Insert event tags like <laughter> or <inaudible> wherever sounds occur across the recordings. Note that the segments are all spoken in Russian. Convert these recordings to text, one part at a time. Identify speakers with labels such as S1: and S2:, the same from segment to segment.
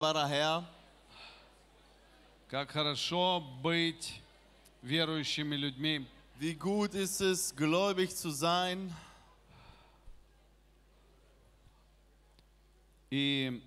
S1: wunderbarer Herr,
S2: Как хорошо быть верующими людьми.
S1: wie gut ist es, gläubig zu sein.
S2: И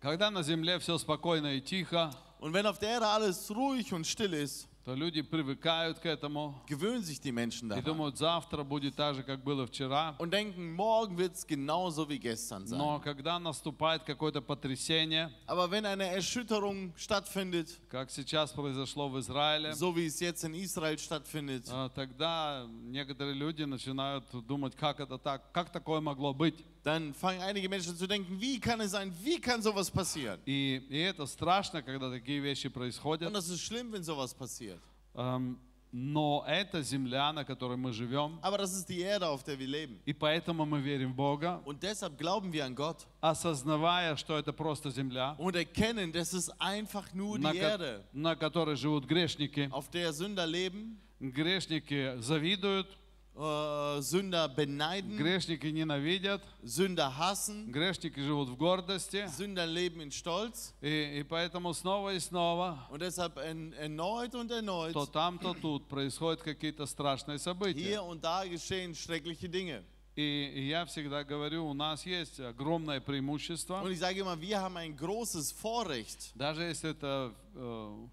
S2: когда на земле все спокойно и тихо,
S1: Und wenn auf der Erde alles ruhig und still ist,
S2: то люди привыкают к этому
S1: gewöhnen sich die Menschen
S2: и
S1: daran
S2: думают, завтра будет так же, как было вчера.
S1: und denken, morgen wird es genauso wie gestern sein.
S2: Но когда наступает какое-то потрясение,
S1: Aber wenn eine Erschütterung stattfindet,
S2: как сейчас произошло в Израиле,
S1: so wie es jetzt in Israel stattfindet,
S2: а, тогда некоторые люди начинают думать, как это так, как такое могло быть.
S1: dann fangen einige Menschen zu denken, wie kann es sein, wie kann sowas passieren?
S2: И, и это страшно, когда такие вещи
S1: Und
S2: происходят.
S1: das ist schlimm, wenn sowas passiert.
S2: Эм, Но это земля, на которой мы живем.
S1: Aber das ist die Erde, auf der wir leben.
S2: И поэтому мы верим в Бога,
S1: Und deshalb glauben wir an Gott
S2: осознавая, что это просто земля,
S1: und erkennen, das ist einfach nur
S2: на,
S1: die
S2: ко-
S1: Erde,
S2: на которой живут грешники.
S1: auf der Sünder leben
S2: Грешники завидуют,
S1: äh, Sünder beneiden,
S2: грешники ненавидят,
S1: Sünder hassen,
S2: грешники живут в гордости.
S1: Sünder leben in Stolz
S2: И, и поэтому снова и снова,
S1: und deshalb en erneut und erneut
S2: то там, то тут происходят какие-то страшные события.
S1: hier und da geschehen schreckliche Dinge.
S2: И, и я всегда говорю, у нас есть огромное преимущество,
S1: Und ich sage immer, wir haben ein großes Vorrecht.
S2: даже если это, э,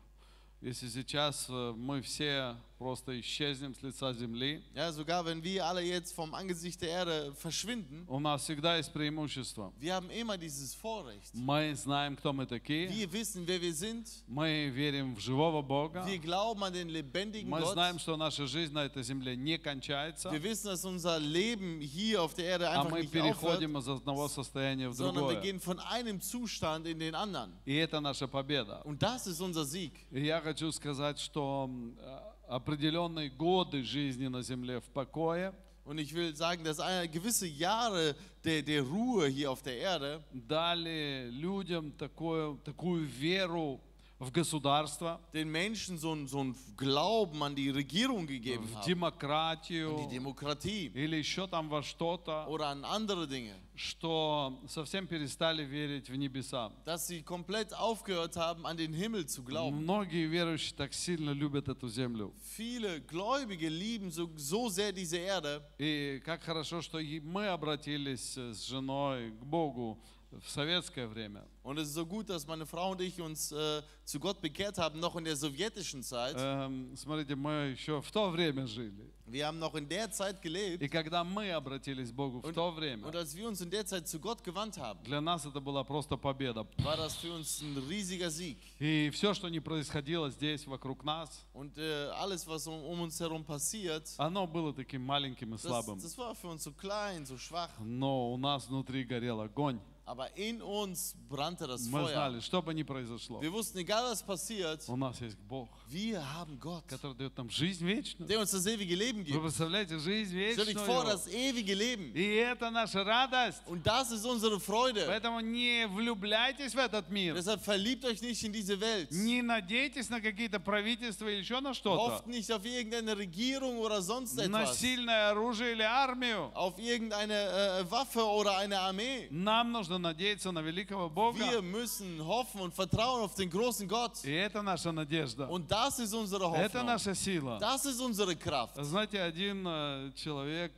S2: если сейчас э, мы все просто исчезнем с лица земли,
S1: Ja, sogar wenn wir alle jetzt vom Angesicht der Erde verschwinden,
S2: У нас всегда есть преимущество.
S1: wir haben immer dieses Vorrecht.
S2: Мы знаем, кто мы такие.
S1: Wir wissen, wer wir sind.
S2: Мы верим в живого Бога.
S1: Wir glauben an den lebendigen
S2: Мы знаем,
S1: Gott.
S2: что наша жизнь на этой земле не кончается,
S1: Wir wissen, dass unser Leben hier auf der Erde
S2: а
S1: einfach
S2: мы
S1: nicht aufhört,
S2: переходим из одного состояния в
S1: sondern wir
S2: другое.
S1: gehen von einem Zustand in den anderen.
S2: И это наша победа.
S1: Und das ist unser Sieg.
S2: И я хочу сказать, что м, э, определенные годы жизни на земле в покое
S1: Und ich will sagen, dass eine gewisse Jahre der, der Ruhe hier auf der Erde
S2: дали людям такую, такую веру в государство,
S1: den Menschen so einen so einen Glauben an die Regierung gegeben
S2: в
S1: haben, an die
S2: демократию
S1: Demokratie
S2: или еще там во что-то.
S1: oder an andere Dinge,
S2: что совсем перестали верить в небеса.
S1: dass sie komplett aufgehört haben, an den Himmel zu
S2: Mhm.
S1: glauben.
S2: Многие верующие так сильно любят эту землю.
S1: Viele Gläubige lieben so, so sehr diese Erde.
S2: И как хорошо, что и мы обратились э, с женой к Богу в советское время.
S1: Und es ist so gut, dass meine Frau und ich uns äh, zu Gott bekehrt haben, noch in der sowjetischen Zeit.
S2: Эм, смотрите, мы еще в то время жили.
S1: Wir haben noch in der Zeit
S2: И
S1: gelebt.
S2: когда мы обратились к Богу в то
S1: Und
S2: время,
S1: als wir uns in der Zeit zu Gott gewandt haben,
S2: для нас это была просто победа.
S1: war das für uns ein riesiger Sieg.
S2: И все, что не происходило здесь, вокруг нас,
S1: Und äh, alles, was um, um uns herum passiert,
S2: оно было таким маленьким и
S1: Ah, das,
S2: слабым.
S1: das war für uns so klein, so schwach.
S2: Но у нас внутри горел огонь.
S1: Aber in uns brannte das
S2: Мы
S1: Feuer.
S2: знали, что бы ни произошло.
S1: Wir wussten, egal was passiert,
S2: У нас есть Бог,
S1: wir haben Gott,
S2: который дает нам жизнь вечную.
S1: der uns das ewige Leben
S2: Вы
S1: gibt.
S2: представляете, жизнь
S1: Stell dich vor,
S2: вечную.
S1: das ewige Leben.
S2: И это наша радость.
S1: Und das ist unsere Freude.
S2: Поэтому не влюбляйтесь в этот мир.
S1: Deshalb verliebt euch nicht in diese Welt.
S2: Не надейтесь на какие-то правительства или еще на что-то.
S1: Hofft nicht auf irgendeine Regierung oder sonst
S2: На
S1: etwas.
S2: сильное оружие или армию.
S1: Auf irgendeine äh, Waffe oder eine Armee.
S2: Нам нужно надеяться на великого Бога.
S1: Wir müssen hoffen und vertrauen auf den großen Gott.
S2: И это наша надежда.
S1: Und das ist unsere
S2: Это
S1: Hoffnung.
S2: наша сила.
S1: Das ist unsere Kraft.
S2: Знаете, один э, человек,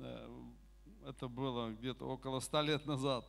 S2: э, это было где-то около ста лет назад,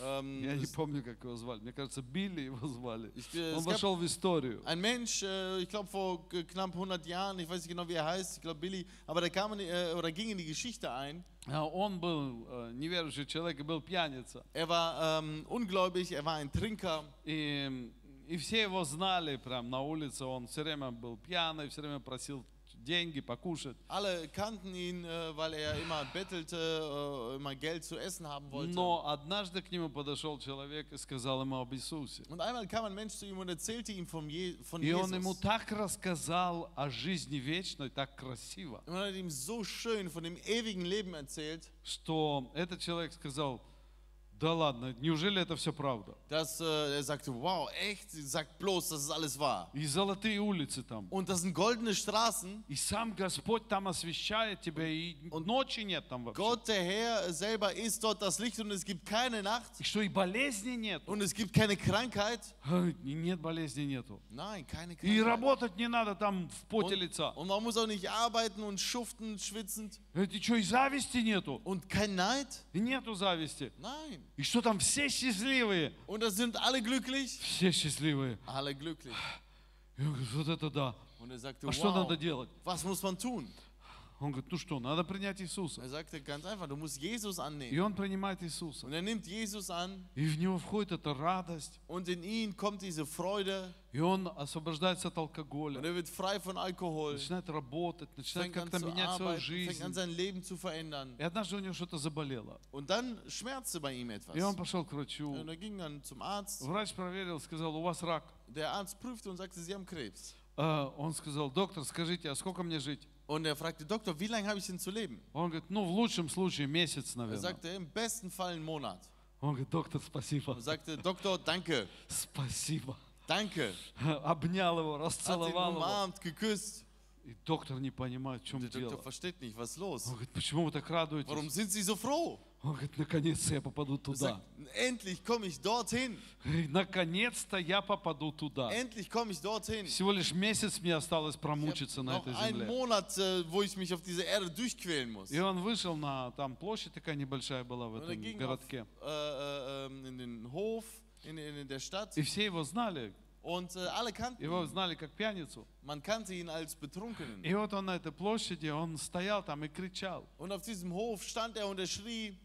S2: Я
S1: Ähm,
S2: не помню, как его звали. Мне кажется, Билли его звали.
S1: Ich, äh,
S2: Он
S1: es gab-
S2: вошел в историю.
S1: ein Mensch, äh, ich glaube vor k- knapp 100 Jahren, ich weiß nicht genau, wie er heißt, ich glaube Billy, aber der kam in, die- äh, oder ging in die Geschichte ein.
S2: А Он был э, неверующий человек и был пьяница.
S1: Er war ähm, ungläubig, er war ein Trinker
S2: И, и все его знали прям на улице. Он все время был пьяный, все время просил деньги покушать.
S1: Alle kannten ihn, äh, weil er immer bettelte, äh, immer Geld zu essen haben wollte.
S2: Но однажды к нему подошел человек и сказал ему об Иисусе.
S1: Und einmal kam ein Mensch zu ihm und erzählte ihm vom Je von
S2: И он ему
S1: Jesus.
S2: так рассказал о жизни вечной, так красиво,
S1: Und er hat ihm so schön von dem ewigen Leben erzählt,
S2: что этот человек сказал, Да ладно, неужели это все правда?
S1: dass äh, er sagte, wow, echt, Sie sagt bloß, dass es alles wahr.
S2: И золотые улицы там.
S1: Und das sind goldene Straßen.
S2: И сам Господь там освещает тебя, и ночи нет там вообще.
S1: Gott, der Herr selber ist dort das Licht und es gibt keine Nacht
S2: И что, и болезни нет?
S1: und es gibt keine Krankheit.
S2: Ай, и Нет, болезни нету.
S1: Nein, keine
S2: И
S1: Krankheit.
S2: работать не надо там в поте
S1: Und,
S2: лица.
S1: und man muss auch nicht arbeiten und schuften, schwitzend.
S2: Э, И что, и зависти нету?
S1: Und kein Neid?
S2: И нету зависти.
S1: Nein.
S2: И что там все счастливые?
S1: Und das sind alle glücklich?
S2: Все счастливые.
S1: Alle glücklich.
S2: Я говорю, вот это да.
S1: Und er sagte,
S2: А что надо
S1: wow,
S2: делать?
S1: was muss man tun?
S2: Он говорит, ну что, надо принять Иисуса.
S1: Er sagte ganz einfach, du musst Jesus
S2: И
S1: annehmen.
S2: он принимает Иисуса.
S1: Und er nimmt Jesus an
S2: И в него входит эта радость.
S1: und in ihn kommt diese Freude
S2: И он освобождается от
S1: und
S2: алкоголя.
S1: er wird frei von Alkohol.
S2: Начинает работать, начинает
S1: fängt an
S2: как-то
S1: zu
S2: менять свою
S1: arbeiten, fängt an
S2: жизнь.
S1: sein Leben zu verändern.
S2: И однажды у него что-то заболело.
S1: Und dann schmerzte bei ihm etwas.
S2: И он пошел к
S1: Und
S2: врачу.
S1: er ging dann zum Arzt.
S2: Врач проверил, сказал, у вас рак.
S1: Der Arzt prüfte und sagte, Sie haben Krebs.
S2: А, Он сказал, доктор, скажите, а сколько мне жить?
S1: Und er fragte, Doktor, wie lange habe ich denn zu leben?
S2: Он говорит, ну в лучшем случае месяц,
S1: Er
S2: наверное.
S1: sagte, im besten Fall einen Monat.
S2: Он говорит, доктор, спасибо,
S1: Er sagte, Doktor, danke,
S2: спасибо. <laughs>
S1: danke.
S2: Обнял его,
S1: Hat ihn
S2: расцеловал его.
S1: umarmt, geküsst.
S2: И доктор не понимает, в чем
S1: Der Doktor
S2: дело.
S1: versteht nicht, was ist
S2: Он
S1: los?
S2: говорит, почему вы так радуетесь?
S1: Warum sind Sie so froh?
S2: Он говорит, наконец-то я попаду
S1: Er
S2: туда.
S1: sagt, endlich komme ich dorthin.
S2: Говорит, Наконец-то я попаду туда.
S1: Endlich komme ich dorthin. Ich
S2: Всего лишь месяц мне осталось промучиться
S1: habe
S2: на
S1: noch
S2: этой
S1: einen
S2: земле.
S1: Monat, äh, wo ich mich auf diese Erde durchquälen muss.
S2: И он вышел на там площадь такая небольшая была в
S1: Und er
S2: этом
S1: ging auf, äh,
S2: городке.
S1: äh, ähm, in den Hof, in, in, in der Stadt
S2: И все его знали.
S1: und äh, alle kannten
S2: Его
S1: ihn.
S2: знали как пьяницу.
S1: Man kannte ihn als Betrunkenen.
S2: И вот он на этой площади, он стоял там и кричал.
S1: Und auf diesem Hof stand er und er schrie,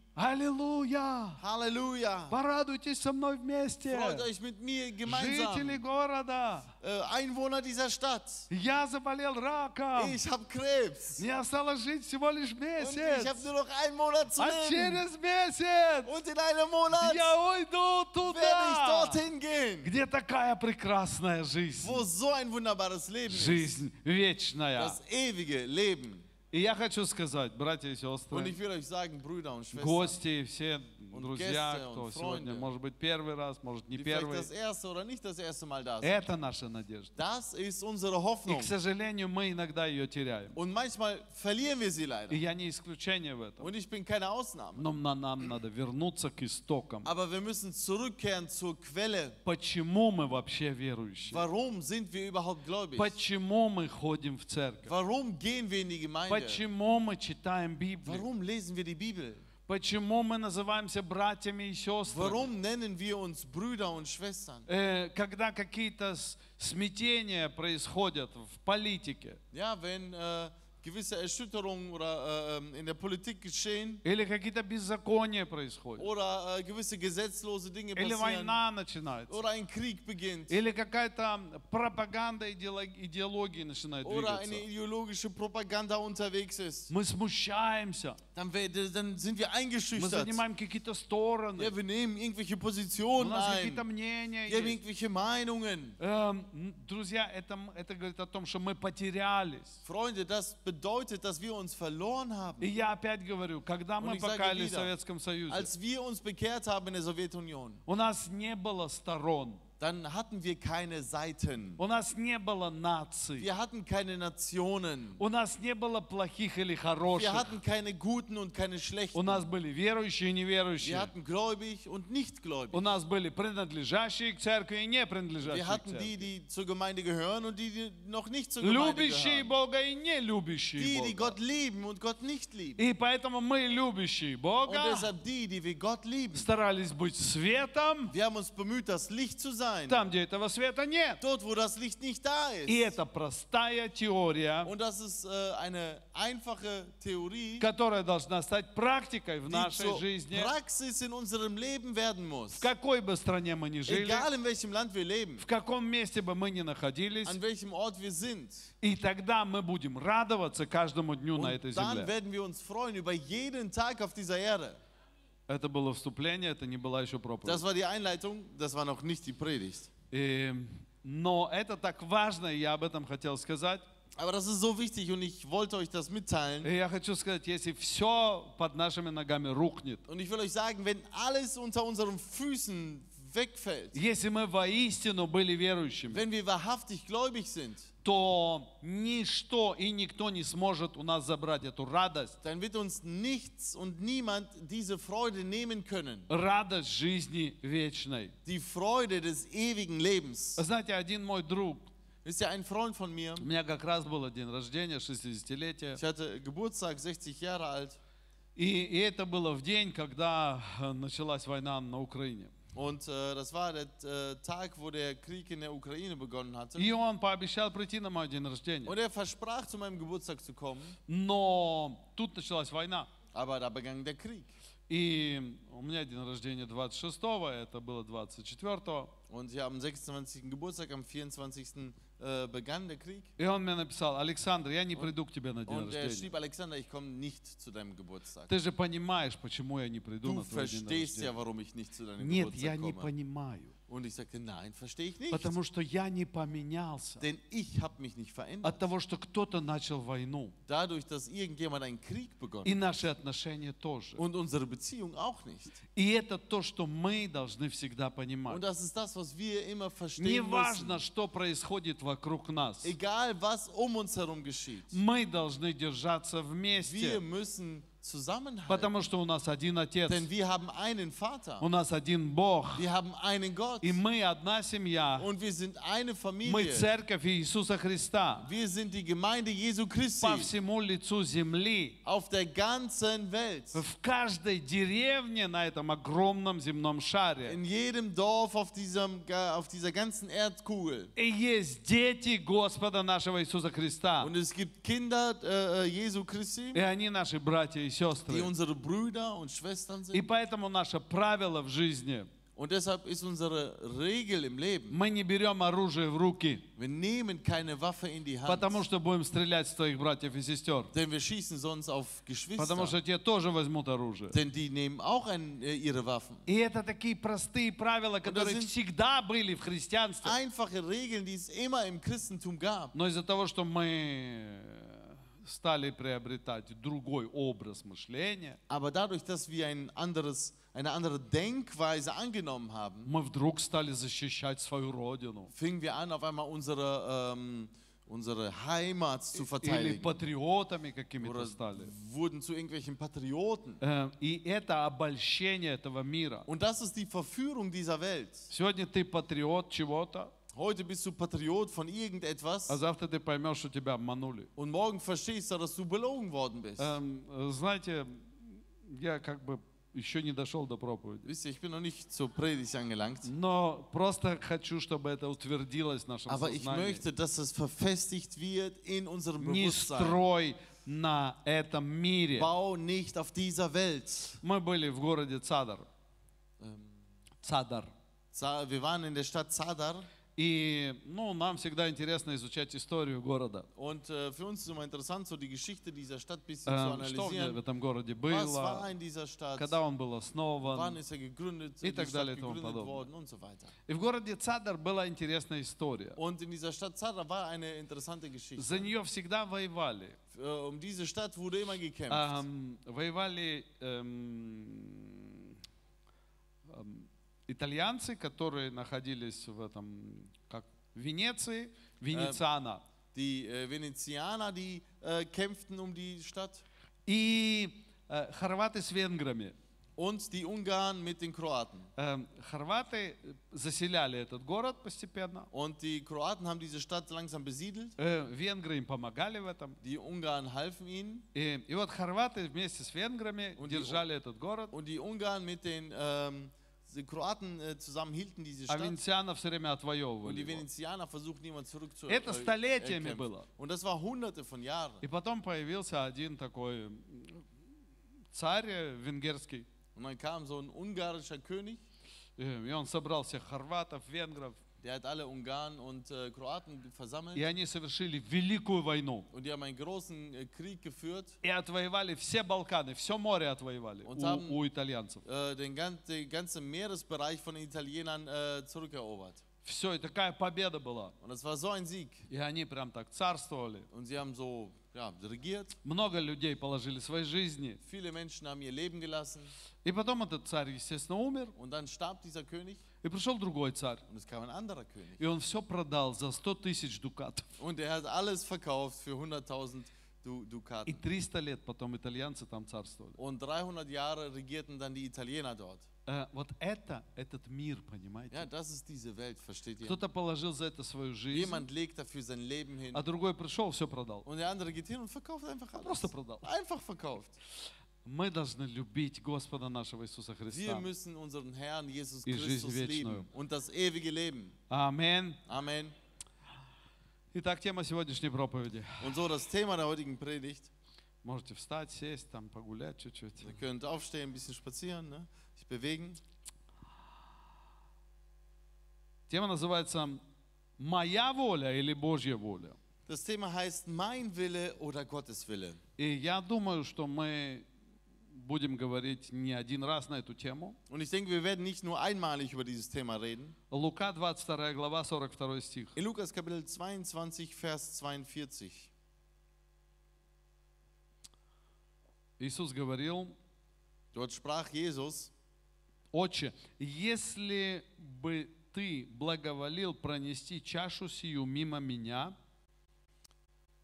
S2: Аллилуйя!
S1: Halleluja,
S2: Порадуйтесь со мной
S1: freut
S2: вместе!
S1: euch mit mir
S2: Жители
S1: gemeinsam,
S2: города!
S1: äh, Einwohner dieser Stadt.
S2: Я заболел раком!
S1: Ich habe Krebs
S2: Мне осталось жить всего лишь
S1: und ich
S2: месяц!
S1: habe nur noch einen Monat zu
S2: А
S1: leben.
S2: через месяц
S1: Und in einem Monat
S2: я уйду
S1: werde ich
S2: туда,
S1: dorthin gehen,
S2: где такая прекрасная жизнь,
S1: wo so ein wunderbares Leben ist,
S2: жизнь вечная.
S1: das ewige Leben.
S2: И я хочу сказать, братья и
S1: Und
S2: сестры,
S1: ich will euch sagen, Brüder und Schwestern,
S2: гости, все друзья,
S1: guests,
S2: кто
S1: und
S2: сегодня,
S1: Freunde.
S2: может быть, первый раз, может, не
S1: die vielleicht
S2: первый,
S1: das erste oder nicht das erste Mal da sind.
S2: это наша надежда.
S1: Das ist unsere
S2: И,
S1: Hoffnung.
S2: к сожалению, мы иногда ее теряем.
S1: Und manchmal verlieren wir sie
S2: И
S1: leider.
S2: я не исключение в этом.
S1: Und ich bin keine Ausnahme.
S2: Но на- нам надо вернуться к истокам.
S1: Aber wir müssen zurückkehren zur Quelle.
S2: Почему мы вообще верующие?
S1: Warum sind wir überhaupt gläubig?
S2: Почему мы ходим в церковь?
S1: Warum gehen wir in die Gemeinde?
S2: Почему мы читаем Библию?
S1: Warum lesen wir die Bibel?
S2: Почему мы называемся братьями и сестрами?
S1: Warum nennen wir uns Brüder und Schwestern?
S2: Э, Когда какие-то с- смятения происходят в политике,
S1: Ja, wenn äh, gewisse Erschütterungen oder äh, ähm, in der Politik geschehen
S2: или какие-то беззакония происходят,
S1: oder äh, gewisse gesetzlose Dinge
S2: или
S1: passieren
S2: война начинается,
S1: oder ein Krieg beginnt
S2: или какая-то пропаганда идеолог- идеологии начинает
S1: oder eine
S2: двигаться,
S1: ideologische Propaganda unterwegs ist,
S2: мы смущаемся,
S1: dann, wär- dann sind wir
S2: мы
S1: eingeschüchtert.
S2: занимаем какие-то
S1: Ja,
S2: стороны,
S1: wir nehmen irgendwelche
S2: у
S1: Positionen
S2: нас
S1: ein.
S2: какие-то
S1: Wir
S2: мнения
S1: haben
S2: есть.
S1: irgendwelche Meinungen.
S2: Эм, м, Друзья, это, м- это говорит о том, что мы потерялись.
S1: Freunde, das bedeutet, dass wir uns verloren
S2: И
S1: haben.
S2: я опять говорю, когда
S1: Und
S2: мы
S1: ich sage
S2: покаялись в
S1: wieder,
S2: Советском Союзе,
S1: Als wir uns bekehrt haben in der Sowjetunion,
S2: у нас не было сторон,
S1: dann hatten wir keine Seiten.
S2: у нас не было наций,
S1: Wir hatten keine Nationen.
S2: у нас не было плохих или
S1: Wir
S2: хороших,
S1: hatten keine guten und keine
S2: у
S1: schlechten.
S2: нас были верующие и
S1: Wir
S2: неверующие,
S1: hatten gläubig und nicht
S2: у
S1: gläubig.
S2: нас были принадлежащие к церкви и не принадлежащие
S1: Wir
S2: к
S1: hatten die,
S2: церкви,
S1: die zur Gemeinde gehören und die, die noch nicht zur Gemeinde
S2: любящие
S1: gehören.
S2: Бога и не любящие
S1: Die, die
S2: Бога.
S1: Gott lieben und Gott nicht lieben.
S2: И поэтому мы, любящие
S1: Und
S2: Бога,
S1: deshalb die, die wir Gott lieben.
S2: старались быть светом
S1: Wir haben uns бemüht, das Licht zu sein.
S2: там, где этого света нет.
S1: Dort, wo das Licht nicht da ist.
S2: И это простая теория,
S1: Und das ist äh, eine einfache Theorie,
S2: которая должна стать практикой в
S1: die
S2: нашей
S1: zur
S2: жизни,
S1: Praxis in unserem Leben werden
S2: в
S1: muss.
S2: какой бы стране мы ни жили,
S1: Egal in welchem Land wir leben,
S2: в каком месте бы мы ни находились,
S1: an welchem Ort wir sind.
S2: и тогда мы будем радоваться каждому дню на этой
S1: Und dann
S2: земле.
S1: werden wir uns freuen über jeden Tag auf dieser Erde.
S2: Это было вступление, это не была еще проповедь.
S1: Das war die Einleitung, das war
S2: Эм,
S1: noch nicht die Predigt.
S2: И- но это так важно, и я об этом хотел сказать.
S1: Aber das ist so wichtig und ich wollte euch das mitteilen.
S2: И я хочу сказать, если все под нашими ногами рухнет,
S1: Und ich will euch sagen, wenn alles unter unseren Füßen wegfällt,
S2: если мы воистину были верующими,
S1: wenn wir wahrhaftig gläubig sind,
S2: то ничто и никто не сможет у нас забрать эту радость,
S1: dann wird uns nichts und niemand diese Freude nehmen können.
S2: радость жизни вечной.
S1: Die Freude des ewigen Lebens.
S2: Знаете, один мой друг,
S1: Ist ja ein Freund von mir.
S2: у меня как раз был день рождения, 60-летие,
S1: Ich hatte Geburtstag, 60 Jahre alt.
S2: и, и это было в день, когда э, началась война на Украине.
S1: Und äh, das war der äh, Tag, wo der Krieg in der Ukraine begonnen hatte.
S2: И он пообещал прийти на мой день рождения.
S1: Und er versprach, zu meinem Geburtstag zu kommen,
S2: Но тут началась война.
S1: aber da begann der Krieg.
S2: И у меня день рождения 26-го, это было 24-го.
S1: Und ja, am 26. Geburtstag, am 24. Äh, begann der Krieg.
S2: И он мне написал, Александр, я не приду к тебе на день
S1: Und er
S2: рождения.
S1: schrieb, Alexander, ich komme nicht zu deinem Geburtstag.
S2: Ты же понимаешь, почему я не приду
S1: Du
S2: на твой день
S1: verstehst
S2: рождения.
S1: ja, warum ich nicht zu deinem
S2: Нет, я
S1: Geburtstag
S2: не
S1: komme.
S2: понимаю.
S1: Und ich sagte, nein, verstehe ich nicht.
S2: Потому что я не поменялся
S1: Denn ich habe mich nicht
S2: от
S1: verändert.
S2: того, что кто-то начал войну.
S1: Dadurch, dass irgendjemand einen Krieg begonnen
S2: И
S1: hat.
S2: наши отношения тоже.
S1: Und unsere Beziehung auch nicht.
S2: И это то, что мы должны всегда
S1: Und
S2: понимать.
S1: das ist das, was wir immer
S2: Не
S1: verstehen müssen.
S2: важно, что происходит вокруг нас.
S1: Egal, was um uns herum geschieht.
S2: Мы должны держаться
S1: Wir
S2: вместе,
S1: müssen zusammenhalten.
S2: потому что у нас один Отец,
S1: Denn wir haben einen Vater.
S2: у нас один Бог,
S1: Wir haben einen Gott.
S2: и мы одна семья.
S1: Und wir sind eine
S2: Мы
S1: Familie.
S2: церковь Иисуса Христа
S1: Wir sind die Gemeinde Jesu
S2: по
S1: Christi
S2: всему лицу земли.
S1: auf der ganzen Welt.
S2: В каждой деревне на этом огромном земном шаре.
S1: In jedem Dorf auf, diesem, auf dieser ganzen Erdkugel.
S2: И есть дети Господа нашего Иисуса Христа.
S1: Und es gibt Kinder äh, äh, Jesu Christi,
S2: И они наши братья
S1: die
S2: и сестры.
S1: unsere Brüder und Schwestern
S2: И
S1: sind.
S2: поэтому наше правило в жизни,
S1: Und deshalb ist unsere Regel im Leben,
S2: мы не берем оружие в руки,
S1: wir nehmen keine Waffe in die Hand,
S2: потому что будем стрелять в твоих братьев и сестер.
S1: denn wir schießen sonst auf
S2: Потому
S1: Geschwister,
S2: что те тоже возьmut оружие.
S1: denn die nehmen auch ein, äh, ihre Waffen.
S2: И это такие простые правила, которые
S1: sind-
S2: всегда были в христианстве.
S1: Einfache Regeln, die es immer im Christentum gab.
S2: Но из-за того, что мы э, стали приобретать другой образ мышления,
S1: Aber dadurch, dass wir ein anderes, eine andere Denkweise angenommen haben,
S2: мы вдруг стали защищать свою родину
S1: fingen wir an, auf einmal unsere, ähm, unsere Heimat zu
S2: или
S1: verteidigen.
S2: патриотами какими-то
S1: Oder
S2: стали.
S1: wurden zu irgendwelchen Patrioten.
S2: Э, И это обольщение этого мира.
S1: Und das ist die Verführung dieser Welt.
S2: Сегодня ты патриот чего-то,
S1: Heute bist du Patriot von irgendetwas
S2: а завтра ты поймешь, что тебя обманули.
S1: und morgen verstehst du, dass du belogen worden bist.
S2: Эм, э, Знаете, я как бы еще не дошел до проповеди.
S1: Wisst ihr, ich bin noch nicht zur Predigt angelangt,
S2: Но просто хочу, чтобы это утвердилось в нашем
S1: aber ich
S2: сознании.
S1: möchte, dass das verfestigt wird in unserem
S2: Не
S1: Bewusstsein.
S2: строй на этом мире.
S1: Bau nicht auf dieser Welt.
S2: Мы были в городе Цадар. Цадар.
S1: Za- Wir waren in der Stadt Zadar
S2: И ну, нам всегда интересно изучать историю города.
S1: und äh, für uns ist immer interessant, so die Geschichte dieser Stadt ein bisschen zu
S2: Эм, Что в ней- в
S1: analysieren.
S2: этом городе
S1: Was war
S2: было,
S1: in dieser Stadt?
S2: когда он был
S1: Wann
S2: основан.
S1: ist er gegründet?
S2: И
S1: die
S2: так
S1: Stadt
S2: далее, и тому
S1: gegründet
S2: подобное.
S1: worden und so weiter.
S2: И в городе Цадар была интересная история.
S1: Und in dieser Stadt Zadar war eine interessante Geschichte.
S2: За нее всегда воевали.
S1: Äh, Um diese Stadt wurde immer gekämpft.
S2: Эм, воевали эм, эм, итальянцы, которые находились в этом, как Венеции, Венециана.
S1: Die äh, Venezianer, die äh, kämpften um die Stadt
S2: И э, хорваты с венграми.
S1: und die Ungarn mit den Kroaten.
S2: Эм, хорваты э, заселяли этот город постепенно.
S1: Und die Kroaten haben diese Stadt langsam besiedelt.
S2: Э, венгры им помогали в этом.
S1: Die Ungarn halfen ihnen
S2: И, и вот хорваты вместе с венграми
S1: Он-
S2: держали этот город.
S1: und die Ungarn mit den ähm, die Kroaten äh, zusammen hielten diese
S2: А
S1: Stadt.
S2: венецианов все время
S1: Und
S2: отвоевывали.
S1: die
S2: его.
S1: Venezianer versuchten jemand zurückzuerkämpfen.
S2: Это столетиями было.
S1: äh, Und das war hunderte von Jahren.
S2: И потом появился один такой м, царь э, венгерский.
S1: Und dann kam so ein ungarischer König,
S2: Э, И он собрал всех хорватов, венгров.
S1: der hat alle Ungarn und äh, Kroaten versammelt
S2: И они совершили великую войну.
S1: und die haben einen großen äh, Krieg geführt.
S2: И отвоевали все Балканы, все море отвоевали
S1: Он там-
S2: у, у итальянцев.
S1: äh, den, gan den ganzen Meeresbereich von den Italienern äh, zurückerobert.
S2: Все, и такая победа была.
S1: Und es war so ein Sieg.
S2: И они прям так царствовали.
S1: Und sie haben so ja, regiert.
S2: Много людей положили своей жизни.
S1: Viele Menschen haben ihr Leben gelassen.
S2: И потом этот царь, естественно, умер.
S1: Und dann starb dieser König
S2: И пришел другой царь.
S1: und es kam ein anderer König.
S2: И он все продал за 100 тысяч дукатов.
S1: Und er hat alles verkauft für 100.000 du
S2: И
S1: Dukaten.
S2: 300 лет потом итальянцы там царствовали.
S1: Und 300 Jahre regierten dann die Italiener dort.
S2: Э, вот это, этот мир, понимаете?
S1: Ja, das ist diese Welt, versteht ihr?
S2: Кто-то положил за это свою жизнь,
S1: Jemand legt dafür sein Leben hin
S2: а другой пришел, все продал.
S1: und der andere geht hin und verkauft einfach alles.
S2: Просто продал.
S1: Einfach verkauft.
S2: Мы должны любить Господа нашего Иисуса
S1: Wir
S2: Христа.
S1: müssen unseren Herrn Jesus
S2: И жизнь
S1: Christus lieben
S2: вечную.
S1: und das ewige Leben.
S2: Аминь.
S1: Amen.
S2: Итак, тема сегодняшней проповеди.
S1: Und so das Thema der heutigen Predigt.
S2: Можете встать, сесть, там погулять чуть-чуть.
S1: Ihr könnt aufstehen, ein bisschen spazieren, ne? sich bewegen.
S2: Тема называется «Моя воля или Божья воля?».
S1: Das Thema heißt Mein Wille oder Gottes Wille.
S2: И я думаю, что мы будем говорить не один раз на эту тему.
S1: Und ich denke, wir werden nicht nur einmalig über dieses Thema reden.
S2: Лука, 22 глава, 42 стих.
S1: In Lukas Kapitel 22, Vers 42.
S2: Иисус говорил,
S1: Dort sprach Jesus,
S2: «Отче, если бы ты благоволил пронести чашу сию мимо меня,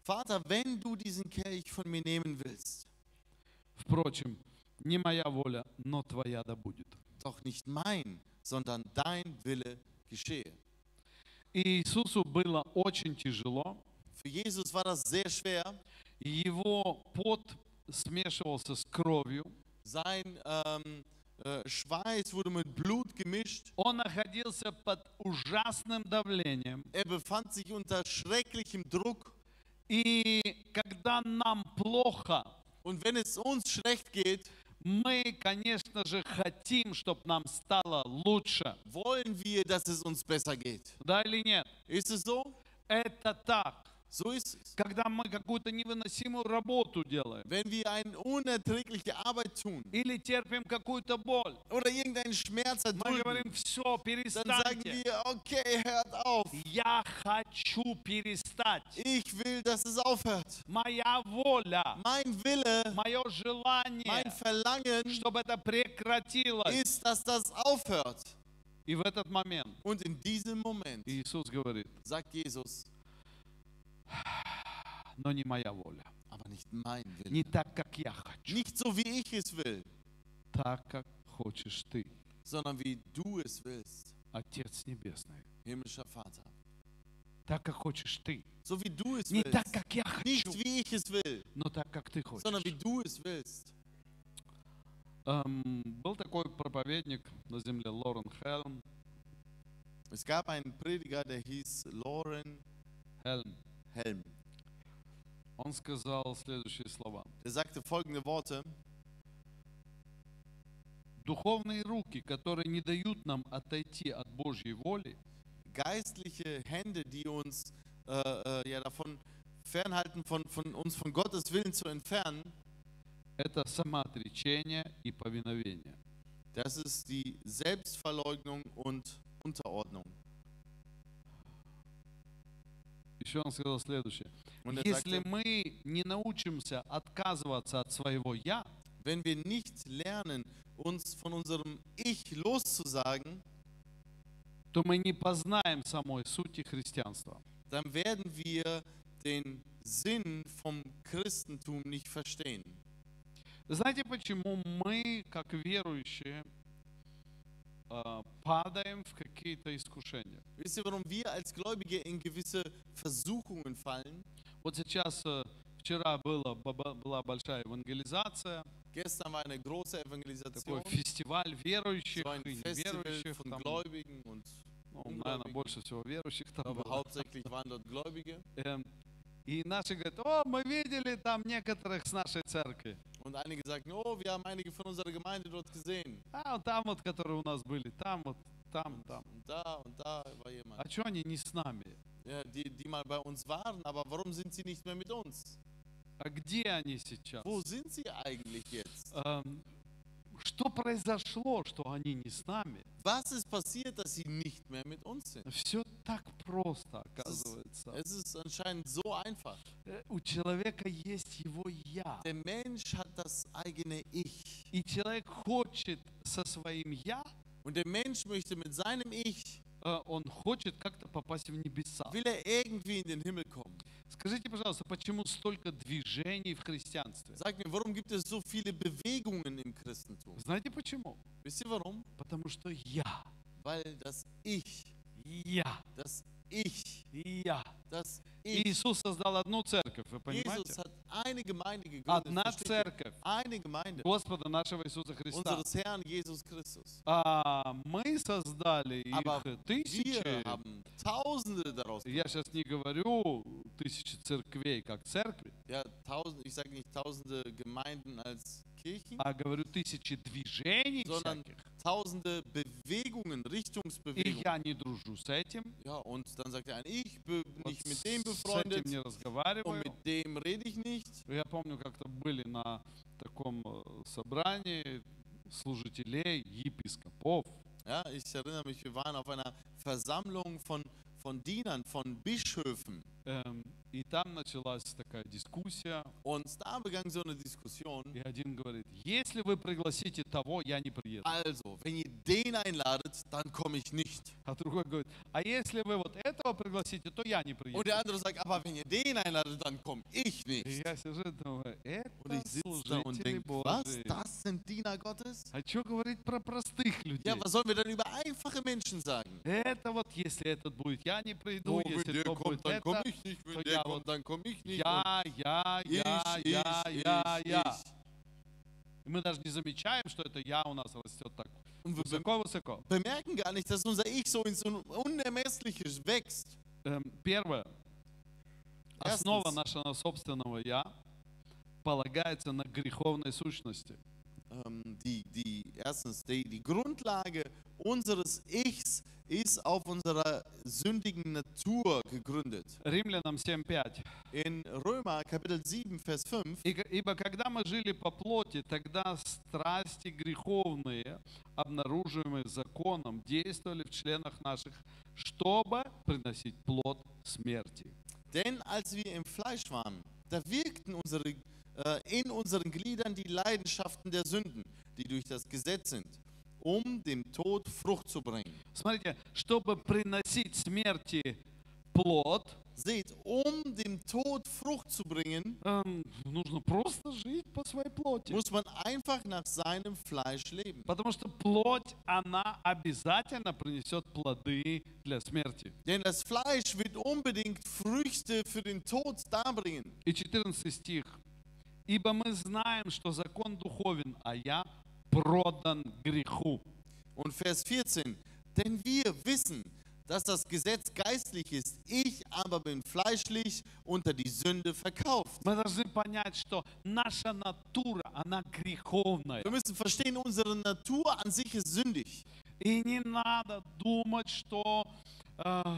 S1: Vater, wenn du diesen Kelch von mir nehmen willst,
S2: впрочем, не моя воля, но твоя да будет».
S1: doch nicht mein, sondern dein Wille geschehe.
S2: И Иисусу было очень тяжело,
S1: Für Jesus war das sehr schwer.
S2: и его пот смешивался с кровью.
S1: Sein ähm, äh, Schweiß wurde mit Blut gemischt.
S2: Он находился под ужасным давлением.
S1: Er befand sich unter schrecklichem Druck.
S2: И когда нам плохо,
S1: Und wenn es uns schlecht geht,
S2: мы, конечно же, хотим, чтобы нам стало лучше.
S1: wollen wir, dass es uns besser geht.
S2: Да или нет?
S1: Ist es so?
S2: Это так.
S1: So ist es.
S2: Когда мы какую-то невыносимую работу делаем
S1: Wenn wir eine unerträgliche Arbeit tun
S2: или терпим какую-то боль,
S1: oder irgendeinen Schmerz
S2: мы
S1: erdulden,
S2: говорим, все,
S1: dann sagen
S2: перестаньте.
S1: wir, okay, hört auf.
S2: Я хочу перестать.
S1: Ich will, dass es aufhört.
S2: Моя воля,
S1: Mein Wille,
S2: мое
S1: mein
S2: желание,
S1: Verlangen
S2: чтобы это прекратилось.
S1: ist, dass das aufhört.
S2: И в этот момент
S1: Und in diesem Moment
S2: Иисус говорит,
S1: sagt Jesus,
S2: но не моя воля.
S1: aber nicht mein Wille.
S2: Не так, как я хочу,
S1: Nicht so, wie ich es will,
S2: так, как хочешь ты,
S1: sondern wie du es willst,
S2: Отец Небесный.
S1: himmlischer Vater.
S2: Так, как хочешь ты.
S1: So wie du es
S2: Не
S1: willst.
S2: так, как я
S1: Nicht
S2: хочу,
S1: wie ich es will,
S2: но так, как ты
S1: sondern wie
S2: хочешь.
S1: du es willst.
S2: Эм, был такой проповедник на земле Лорен Хелм.
S1: Es gab einen Prediger, der hieß Lauren
S2: Хелм.
S1: Helm.
S2: Он сказал следующие слова.
S1: Der sagte folgende Worte.
S2: Духовные руки, которые не дают нам отойти от Божьей воли,
S1: Geistliche Hände, die uns äh, äh, ja, davon fernhalten, von, von uns von Gottes Willen zu entfernen,
S2: это самоотречение и повиновение.
S1: das ist die Selbstverleugnung und Unterordnung.
S2: Еще он сказал следующее.
S1: Und er
S2: Если
S1: sagte,
S2: мы не научимся отказываться от своего «я»,
S1: wenn wir nicht lernen, uns von unserem Ich loszusagen,
S2: то мы не познаем самой сути христианства.
S1: dann werden wir den Sinn vom Christentum nicht verstehen.
S2: Знаете, почему мы, как верующие, э, падаем в какие-то искушения?
S1: Wisst ihr, warum wir als Gläubige in gewisse Versuchungen fallen?
S2: Вот сейчас, э, вчера была, была большая евангелизация,
S1: Gestern war eine große
S2: такой
S1: Evangelisation,
S2: фестиваль верующих
S1: so ein
S2: и
S1: Festival
S2: неверующих.
S1: von
S2: там,
S1: Gläubigen und
S2: ну, наверное, больше всего верующих там
S1: aber
S2: было.
S1: hauptsächlich waren dort Gläubige.
S2: Эм, И наши говорят, о, мы видели там некоторых с нашей церкви.
S1: Und einige sagten, oh, wir haben einige von unserer Gemeinde dort gesehen.
S2: А, вот там вот, которые у нас были, там вот, там, там.
S1: Und da und da war jemand.
S2: А что они не с нами?
S1: Ja, die, die mal bei uns waren, aber warum sind sie nicht mehr mit uns?
S2: А где они сейчас?
S1: Wo sind sie eigentlich jetzt?
S2: Эм, что произошло, что они не с нами?
S1: Was ist passiert, dass sie nicht mehr mit uns sind?
S2: Все так просто,
S1: Es ist,
S2: оказывается.
S1: es ist anscheinend so einfach.
S2: Э, У человека есть его «я».
S1: Der Mensch hat das eigene Ich.
S2: И человек хочет со своим «я»,
S1: Und der Mensch möchte mit seinem Ich,
S2: э, он хочет как-то попасть в небеса.
S1: will er irgendwie in den Himmel kommen.
S2: Скажите, пожалуйста, почему столько движений в христианстве?
S1: Sag mir, warum gibt es so viele Bewegungen im Christentum?
S2: Знаете почему?
S1: Wisst ihr warum?
S2: Потому что я,
S1: Weil das Ich,
S2: я,
S1: das Ich,
S2: я.
S1: das Ich.
S2: Иисус создал одну церковь, вы
S1: Jesus
S2: понимаете?
S1: hat eine Gemeinde gegründet.
S2: Одна
S1: versteht ihr?
S2: церковь
S1: Eine Gemeinde
S2: Господа нашего Иисуса Христа.
S1: unseres Herrn Jesus Christus.
S2: А мы создали
S1: Aber
S2: их
S1: Wir
S2: тысячи.
S1: haben Tausende daraus.
S2: Я сейчас не говорю тысячи церквей как церкви,
S1: Ja, tausend, ich sage nicht tausende Gemeinden als Kirchen,
S2: а говорю тысячи движений
S1: sondern
S2: всяких.
S1: tausende Bewegungen,
S2: И
S1: Richtungsbewegungen.
S2: я не дружу с этим,
S1: Ja, und dann sagt der eine, ich bin
S2: вот
S1: nicht mit dem
S2: с этим
S1: befreundet
S2: не
S1: und
S2: разговариваю.
S1: mit dem rede ich nicht.
S2: Я помню, как-то были на таком э, собрании служителей, епископов.
S1: Ja, ich erinnere mich, wir waren auf einer Versammlung von, von Dienern, von Bischöfen.
S2: Эм, И там началась такая дискуссия,
S1: Und da begann so eine Diskussion.
S2: и один говорит, если вы пригласите того, я не приеду.
S1: Also, wenn ihr den einladet, dann komme ich nicht.
S2: А другой говорит, а если вы вот этого пригласите, то я не приеду.
S1: Und der andere sagt, aber wenn ihr den einladet, dann komme ich
S2: И
S1: nicht.
S2: я сижу и думаю,
S1: Und
S2: это
S1: ich sitze da und
S2: служители
S1: denke, was,
S2: Божьи.
S1: das sind Diener Gottes?
S2: А что говорить про простых людей?
S1: Ja, was sollen wir denn über einfache Menschen sagen?
S2: Это вот, если этот будет, я не приду,
S1: Oh,
S2: если то будет это,
S1: ich nicht.
S2: то я вот
S1: dann komme ich
S2: я, я,
S1: Und
S2: я, я,
S1: ich,
S2: я,
S1: ich,
S2: я.
S1: ich.
S2: И мы даже не замечаем, что это я у нас растет так
S1: Und wir be
S2: высоко-высоко.
S1: bemerken gar nicht, dass unser Ich so ins Un Unermessliche wächst.
S2: Эм, Первое. Основа нашего собственного «я» полагается на греховной сущности.
S1: Ähm, die, die, erstens, die, die Grundlage unseres Ichs ist auf unserer sündigen Natur gegründet.
S2: Римлянам 7.5.
S1: In Römer Kapitel 7, Vers 5
S2: «И к- «Ибо когда мы жили по плоти, тогда страсти греховные, обнаруживаемые законом, действовали в членах наших, чтобы приносить плод смерти».
S1: Denn als wir im Fleisch waren, da wirkten unsere, äh, in unseren Gliedern die Leidenschaften der Sünden, die durch das Gesetz sind, um dem Tod Frucht zu bringen.
S2: Смотрите, чтобы приносить смерти плод,
S1: Seht, um dem Tod Frucht zu bringen,
S2: эм, нужно просто жить по своей плоти.
S1: muss man einfach nach seinem Fleisch leben.
S2: Потому что плоть, она обязательно принесет плоды для смерти.
S1: Denn das Fleisch wird unbedingt Früchte für den Tod darbringen.
S2: И 14 стих. «Ибо мы знаем, что закон духовен, а я продан греху».
S1: Und Vers 14, denn wir wissen, dass das Gesetz geistlich ist, ich aber bin fleischlich unter die Sünde verkauft.
S2: Мы должны понять, что наша натура, она греховная.
S1: Wir müssen verstehen, unsere Natur an sich ist sündig.
S2: И не надо думать, что э,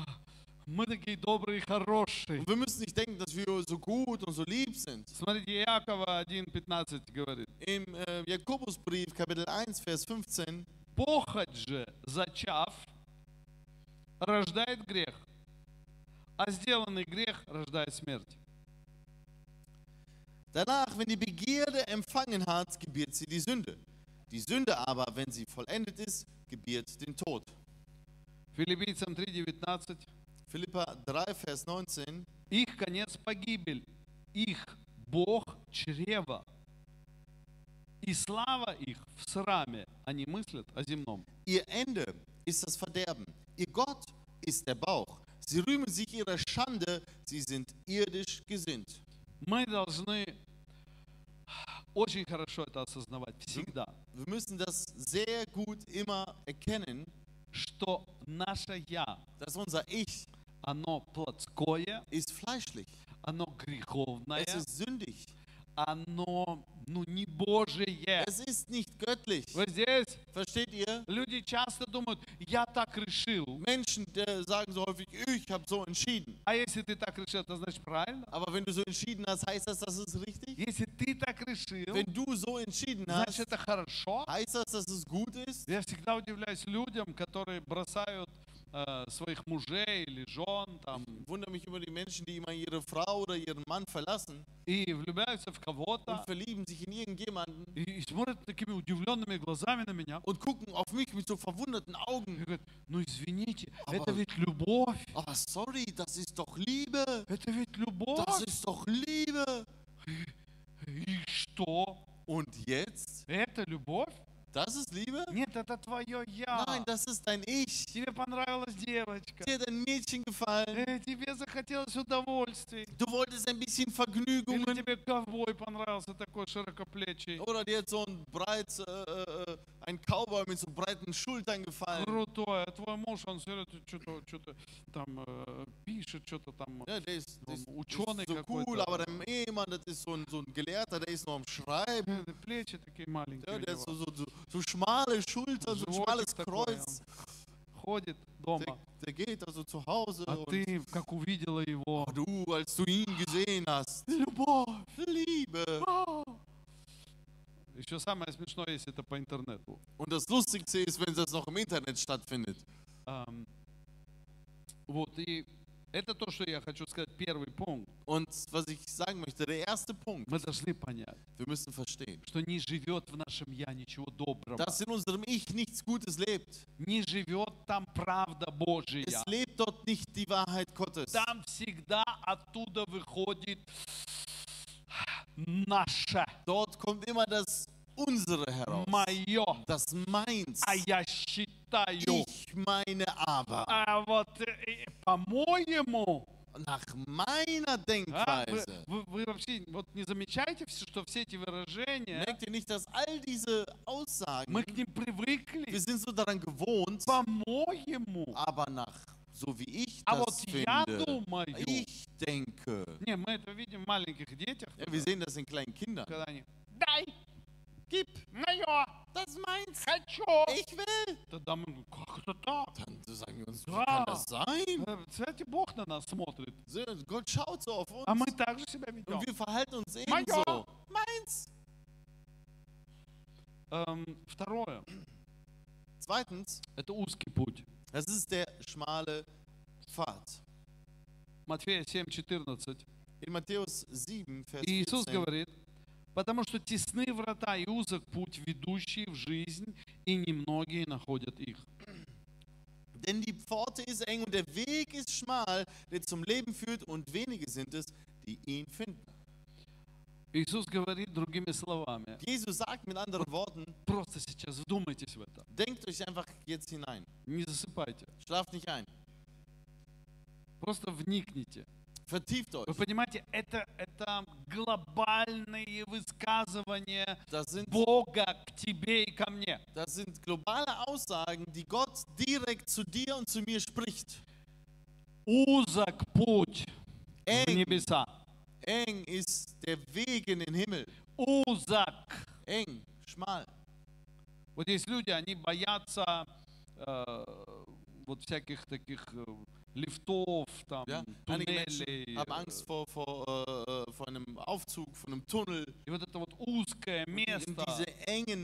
S2: мы такие добрые и хорошие.
S1: Und wir müssen nicht denken, dass wir so gut und so lieb sind.
S2: Смотрите, Якова 1.15 говорит.
S1: Im äh, Jakobusbrief, Kapitel 1, Vers 15,
S2: Похоть же, зачав, рождает грех, а сделанный грех рождает смерть.
S1: danach, wenn die Begierde empfangen hat, gebiert sie die Sünde. Die Sünde aber, wenn sie vollendet ist, gebiert den Tod.
S2: Филиппийцам 3.19.
S1: Philippa 3, Vers 19,
S2: Их конец погибель, их Бог чрева, и слава их в сраме, они мыслят о земном.
S1: ihr Ende ist das Verderben, ihr Gott ist der Bauch. Sie rühmen sich ihrer Schande, sie sind irdisch gesinnt.
S2: Мы должны очень хорошо это осознавать всегда,
S1: Wir müssen das sehr gut immer erkennen,
S2: что наше «я»
S1: dass unser Ich
S2: оно плотское,
S1: ist fleischlich.
S2: оно греховное,
S1: Es ist sündig.
S2: оно ну, не Божие.
S1: Es ist nicht göttlich.
S2: Вы здесь?
S1: Versteht ihr?
S2: Люди часто думают, я так решил.
S1: Menschen äh, sagen so häufig, ich habe so entschieden.
S2: А если ты так решил, это значит правильно.
S1: Aber wenn du so entschieden hast, heißt das, das ist richtig?
S2: Если ты так решил,
S1: Wenn du so entschieden hast,
S2: значит это хорошо.
S1: heißt das, dass es gut ist?
S2: Я всегда удивляюсь людям, которые бросают э, своих мужей или жен там
S1: Ich wundere mich über die Menschen, die immer ihre Frau oder ihren Mann verlassen
S2: и влюбляются в
S1: und
S2: кого-то
S1: verlieben sich in irgendjemanden
S2: и, и смотрят такими удивленными глазами на меня.
S1: und gucken auf mich mit so verwunderten
S2: И
S1: Augen.
S2: говорят, ну извините, это
S1: Обалдеть.
S2: ведь любовь,
S1: Aber sorry, das ist doch Liebe.
S2: это ведь
S1: Das
S2: любовь.
S1: ist doch Liebe.
S2: И что?
S1: Und jetzt?
S2: Это любовь?
S1: Das ist Liebe?
S2: Нет, это твое я.
S1: Nein, das ist dein Ich.
S2: Тебе понравилась девочка.
S1: Dir hat ein Mädchen gefallen.
S2: Э, Тебе захотелось удовольствий.
S1: Du wolltest ein bisschen
S2: Или
S1: Vergnügungen.
S2: тебе ковбой понравился такой широкоплечий,
S1: Oder dir hat so ein breit, äh, äh, ein Cowboy mit so breiten Schultern gefallen.
S2: крутой. А твой муж, он все это что-то, что-то там э, пишет, что-то там.
S1: Ja, Ne, der ist, der ist,
S2: Ну,
S1: der
S2: ученый
S1: ist so cool,
S2: какой-то.
S1: aber dein Ehemann, das ist so ein, so ein Gelehrter, der ist noch am Schreiben.
S2: Э, Плечи такие маленькие
S1: Ja,
S2: у
S1: der hat so,
S2: него.
S1: so, so, so schmale Schultern, so ein schmales
S2: Животик такой,
S1: Kreuz.
S2: он ходит
S1: Der,
S2: дома.
S1: der geht also zu Hause
S2: А
S1: und
S2: ты, как увидела его,
S1: oh, du, als du ihn gesehen hast,
S2: любовь.
S1: Liebe.
S2: Еще самое смешное, если это по интернету.
S1: Und das Lustigste ist, wenn das noch im Internet stattfindet.
S2: Ам, Вот, и это то, что я хочу сказать, первый пункт.
S1: Und was ich sagen möchte, der erste Punkt,
S2: Мы должны понять,
S1: wir müssen verstehen,
S2: что не живет в нашем «я» ничего доброго.
S1: dass in unserem Ich nichts Gutes lebt.
S2: Не живет там правда Божья.
S1: Es lebt dort nicht die Wahrheit Gottes.
S2: Там всегда оттуда выходит наше,
S1: Dort kommt immer das Unsere heraus.
S2: мое,
S1: Das Meins.
S2: а я считаю.
S1: Ich meine aber.
S2: А вот, э, э, по-моему,
S1: Nach meiner
S2: а, вы,
S1: Denkweise.
S2: вы- вы вообще вот не замечаете, все, что все эти выражения,
S1: Merkt ihr nicht, dass all diese Aussagen,
S2: мы к ним привыкли,
S1: wir sind so daran gewohnt,
S2: по-моему.
S1: aber nach, so wie ich
S2: А вот
S1: das
S2: я
S1: finde,
S2: думаю,
S1: ich denke.
S2: не, мы это видим в маленьких детях,
S1: Ja, wir sehen das in kleinen Kindern.
S2: когда они, дай,
S1: Gib,
S2: мое,
S1: das meins,
S2: хочу.
S1: ich will.
S2: Тогда мы, ну, как это так?
S1: Dann sagen wir uns, wie
S2: Ja.
S1: kann das sein?
S2: Э, Кстати, Бог на нас смотрит.
S1: So, Gott schaut so auf
S2: А мы
S1: uns
S2: так же себя ведем.
S1: und wir verhalten uns
S2: Mein
S1: ebenso.
S2: Gott.
S1: Meins.
S2: Эм, второе.
S1: Zweitens,
S2: Это узкий путь.
S1: das ist der schmale Pfad.
S2: Матфея 7,14.
S1: In Matthäus 7, Vers
S2: И Иисус
S1: 14,
S2: говорит, потому что тесны врата и узок путь, ведущий в жизнь, и немногие находят их.
S1: denn die Pforte ist eng und der Weg ist schmal, der zum Leben führt und wenige sind es, die ihn finden.
S2: Иисус говорит другими словами.
S1: Jesus sagt mit anderen Worten,
S2: Просто сейчас вдумайтесь в это.
S1: denkt euch einfach jetzt hinein,
S2: Не засыпайте.
S1: schlaft nicht ein,
S2: Просто вникните.
S1: vertieft
S2: Вы
S1: euch.
S2: понимаете, это, это глобальные высказывания
S1: Das sind
S2: Бога к тебе и ко мне.
S1: Das sind globale Aussagen, die Gott direkt zu dir und zu mir spricht.
S2: Узок путь в
S1: Eng,
S2: небеса.
S1: eng ist der Weg in den Himmel.
S2: Узок.
S1: Eng, schmal.
S2: Вот есть люди, они боятся э, вот всяких таких э, лифтов, там,
S1: Ja? Einige
S2: туннелей.
S1: Menschen haben Angst vor, vor, äh, äh, vor einem Aufzug, vor einem Tunnel.
S2: И вот это вот узкое
S1: Und die- in
S2: место,
S1: diese engen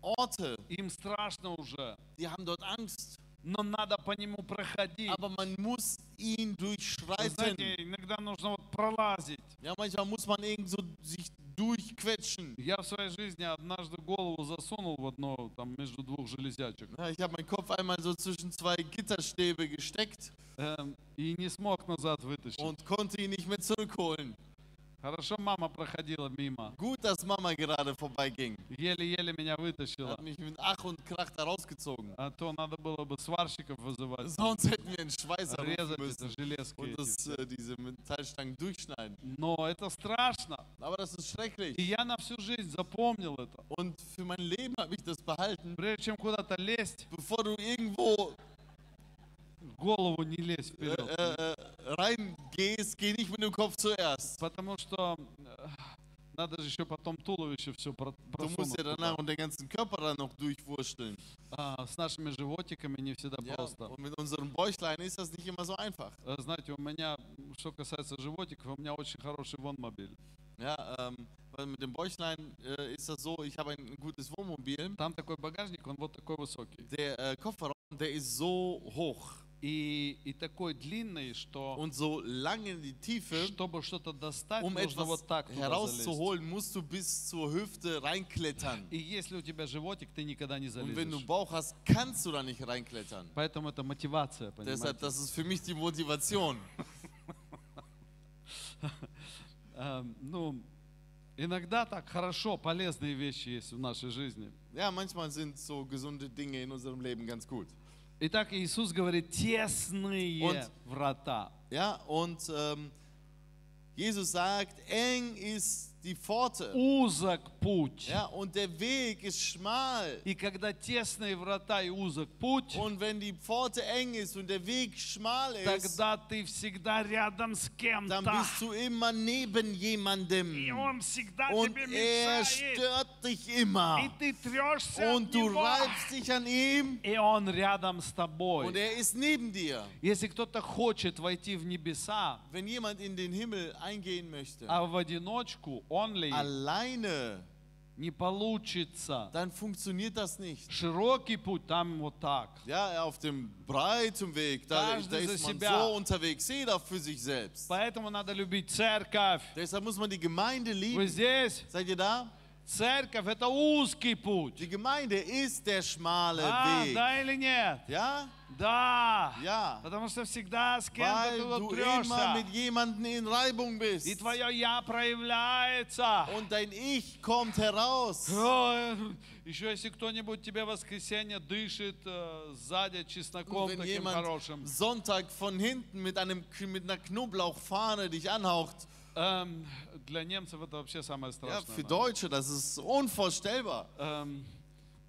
S1: Orte,
S2: им страшно уже,
S1: die haben dort Angst.
S2: но надо по нему проходить.
S1: Aber man muss ihn
S2: Вы
S1: durchschreiten.
S2: знаете, иногда нужно вот пролазить.
S1: Ja, manchmal muss man irgend so sich durchquetschen.
S2: Я в своей жизни однажды голову засунул в одно, там, между двух железячек.
S1: Ja, ich habe meinen Kopf einmal so zwischen zwei Gitterstäbe gesteckt
S2: эм, и не смог назад вытащить.
S1: und konnte ihn nicht mehr zurückholen.
S2: Хорошо, мама проходила мимо.
S1: Gut, dass Mama gerade vorbeiging.
S2: Еле-еле меня вытащила.
S1: Hat mich mit Ach und Krach da rausgezogen.
S2: А то надо было бы сварщиков вызывать.
S1: Sonst hätten wir einen Schweißer rufen
S2: резать это
S1: müssen
S2: железки.
S1: und
S2: эти
S1: das,
S2: все.
S1: äh, diese Metallstangen durchschneiden.
S2: Но это страшно.
S1: Aber das ist
S2: И
S1: schrecklich.
S2: я на всю жизнь запомнил это.
S1: Und für mein Leben habe ich das behalten.
S2: Прежде чем куда-то лезть,
S1: Bevor du irgendwo
S2: в голову не лезь
S1: äh,
S2: вперед.
S1: äh, äh, reingehst, geh nicht mit dem Kopf zuerst.
S2: Потому что э, Надо же еще потом туловище все
S1: Du musst
S2: просунуть.
S1: ja
S2: туда.
S1: danach und den ganzen Körper dann noch durchwursteln.
S2: А, С нашими животиками не всегда
S1: Ja,
S2: просто.
S1: und mit unserem Bäuchlein ist das nicht immer so einfach.
S2: Э, Знаете, у меня, м, что касается животиков, у меня очень хороший вонмобиль.
S1: Ja, ähm, weil mit dem Bäuchlein äh, ist das so, ich habe ein gutes Wohnmobil.
S2: Там такой багажник, он вот такой высокий.
S1: Der äh, Kofferraum, der ist so hoch
S2: И, и такой длинный, что
S1: und so lang in die Tiefe.
S2: чтобы что-то достать,
S1: Um
S2: нужно
S1: etwas
S2: вот так туда залезть.
S1: herauszuholen, musst du bis zur Hüfte reinklettern.
S2: И если у тебя животик, ты никогда не
S1: Und wenn du
S2: залезешь.
S1: Bauch hast, kannst du da nicht reinklettern.
S2: Поэтому это мотивация,
S1: Deshalb,
S2: понимаете?
S1: das ist für mich die Motivation.
S2: Эм, ну, иногда так хорошо, полезные вещи есть в нашей жизни.
S1: Ja, manchmal sind so gesunde Dinge in unserem Leben ganz gut.
S2: Итак, Иисус говорит, тесные
S1: Он-
S2: врата.
S1: Ja, und ähm, Jesus sagt, eng ist die Pforte.
S2: Узок путь.
S1: Ja, und der Weg ist schmal.
S2: И когда тесные врата и узок путь,
S1: Und wenn die Pforte eng ist und der Weg schmal ist,
S2: тогда ты всегда рядом с
S1: dann
S2: кем-то.
S1: bist du immer neben
S2: И
S1: jemandem.
S2: он всегда
S1: Und
S2: тебе
S1: er
S2: мешает.
S1: stört dich
S2: И
S1: immer.
S2: ты трешься
S1: Und
S2: от
S1: du
S2: него.
S1: reibst dich an ihm
S2: И он рядом с
S1: und
S2: тобой.
S1: er ist neben dir.
S2: Если кто-то хочет войти в небеса,
S1: Wenn jemand in den Himmel eingehen möchte,
S2: а в одиночку, он ли,
S1: alleine,
S2: не получится.
S1: dann funktioniert das nicht.
S2: Широкий путь там вот так.
S1: Ja, auf dem breiten Weg, da,
S2: Каждый
S1: da
S2: за
S1: ist man
S2: себя.
S1: so unterwegs, jeder für sich selbst.
S2: Поэтому надо любить церковь.
S1: Deshalb muss man die Gemeinde
S2: Вы
S1: lieben.
S2: здесь?
S1: Seid ihr da?
S2: Церковь это узкий путь.
S1: Die Gemeinde ist der schmale
S2: А,
S1: Weg.
S2: да или нет?
S1: Ja?
S2: Да.
S1: Ja.
S2: Потому что всегда с кем-то
S1: Weil
S2: ты
S1: du
S2: вот
S1: immer mit
S2: трешься.
S1: jemandem in Reibung
S2: И
S1: bist.
S2: твое я проявляется.
S1: Und dein Ich kommt heraus.
S2: Еще если кто-нибудь тебе в воскресенье дышит э, сзади чесноком
S1: Wenn
S2: таким хорошим.
S1: jemand Sonntag von hinten mit, einem, mit einer Knoblauchfahne dich anhaucht,
S2: Эм, для немцев это вообще самое
S1: ja,
S2: страшное.
S1: für
S2: да.
S1: Deutsche, das ist unvorstellbar.
S2: Эм,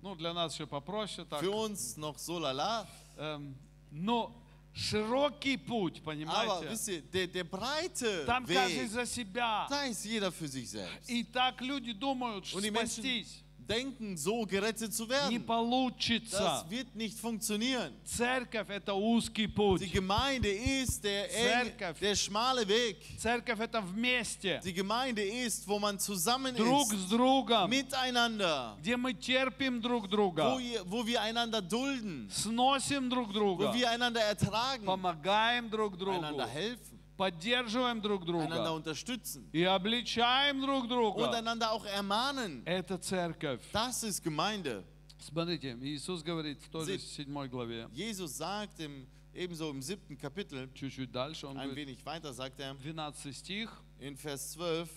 S2: ну, для нас еще попроще так.
S1: Für uns noch so lala.
S2: Эм, но широкий путь,
S1: Aber
S2: понимаете?
S1: wisst ihr, der, der breite
S2: Там каждый
S1: Weg,
S2: за себя.
S1: da ist jeder für sich selbst.
S2: И так люди думают, что
S1: Und die Menschen
S2: спастись
S1: denken, so gerettet zu
S2: не
S1: werden.
S2: получится.
S1: Das wird nicht funktionieren.
S2: Церковь – это узкий
S1: Die
S2: путь.
S1: Gemeinde ist der, eng,
S2: Церковь.
S1: der schmale Weg.
S2: Церковь – это вместе,
S1: Die Gemeinde ist, wo man zusammen
S2: друг
S1: ist,
S2: с другом,
S1: miteinander,
S2: где мы терпим друг
S1: wo,
S2: друга,
S1: ihr, wo wir einander dulden,
S2: сносим друг
S1: wo
S2: друга,
S1: wir einander ertragen,
S2: помогаем друг другу,
S1: einander helfen,
S2: поддерживаем друг
S1: einander
S2: друга
S1: unterstützen
S2: и обличаем друг
S1: und
S2: друга.
S1: einander auch ermahnen.
S2: Это церковь.
S1: Das ist Gemeinde.
S2: Смотрите, Иисус говорит в той же седьмой главе,
S1: Jesus sagt im, ebenso im siebten Kapitel,
S2: чуть-чуть дальше, он
S1: ein
S2: говорит,
S1: wenig weiter sagt er
S2: 12 стих.
S1: in Vers 12,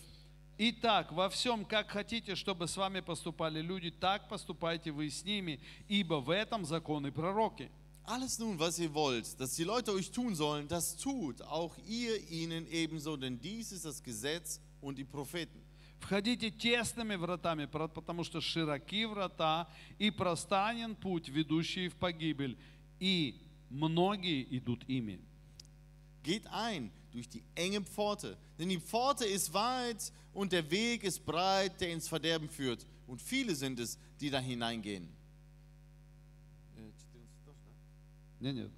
S2: Итак, во всем, как хотите, чтобы с вами поступали люди, так поступайте вы с ними, ибо в этом законы пророки.
S1: alles nun, was ihr wollt, dass die Leute euch tun sollen, das tut auch ihr ihnen ebenso, denn dies ist das Gesetz und die Propheten.
S2: Входите тесными вратами, про- потому что широки врата и простанен путь, ведущий в погибель, и многие идут ими.
S1: Geht ein durch die enge Pforte, denn die Pforte ist weit und der Weg ist breit, der ins Verderben führt. Und viele sind es, die da hineingehen.
S2: Не, нет.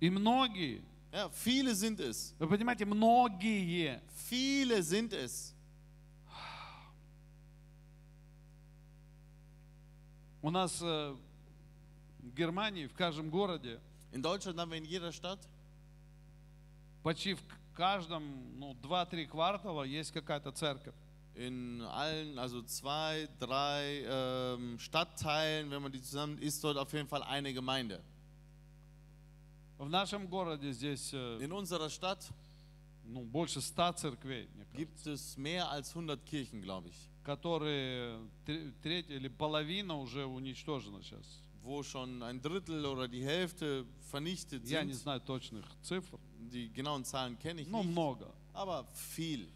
S2: И многие,
S1: Ja, viele sind es.
S2: вы понимаете, многие
S1: Viele sind es.
S2: У нас э, в Германии, в каждом городе,
S1: In Deutschland haben wir in jeder Stadt,
S2: почти в к- каждом, ну, 2-3 квартала есть какая-то церковь.
S1: in allen, also zwei, drei ähm, Stadtteilen, wenn man die zusammen ist, dort auf jeden Fall eine Gemeinde.
S2: В нашем городе здесь, э,
S1: In unserer Stadt
S2: ну, больше 100 церквей, мне кажется,
S1: gibt es mehr als 100 Kirchen, glaube ich,
S2: которые тре- треть или половина уже уничтожена сейчас.
S1: wo schon ein Drittel oder die Hälfte vernichtet
S2: Я не
S1: sind.
S2: знаю точных цифр,
S1: Die genauen Zahlen kenne ich
S2: но
S1: nicht,
S2: много.
S1: aber viel.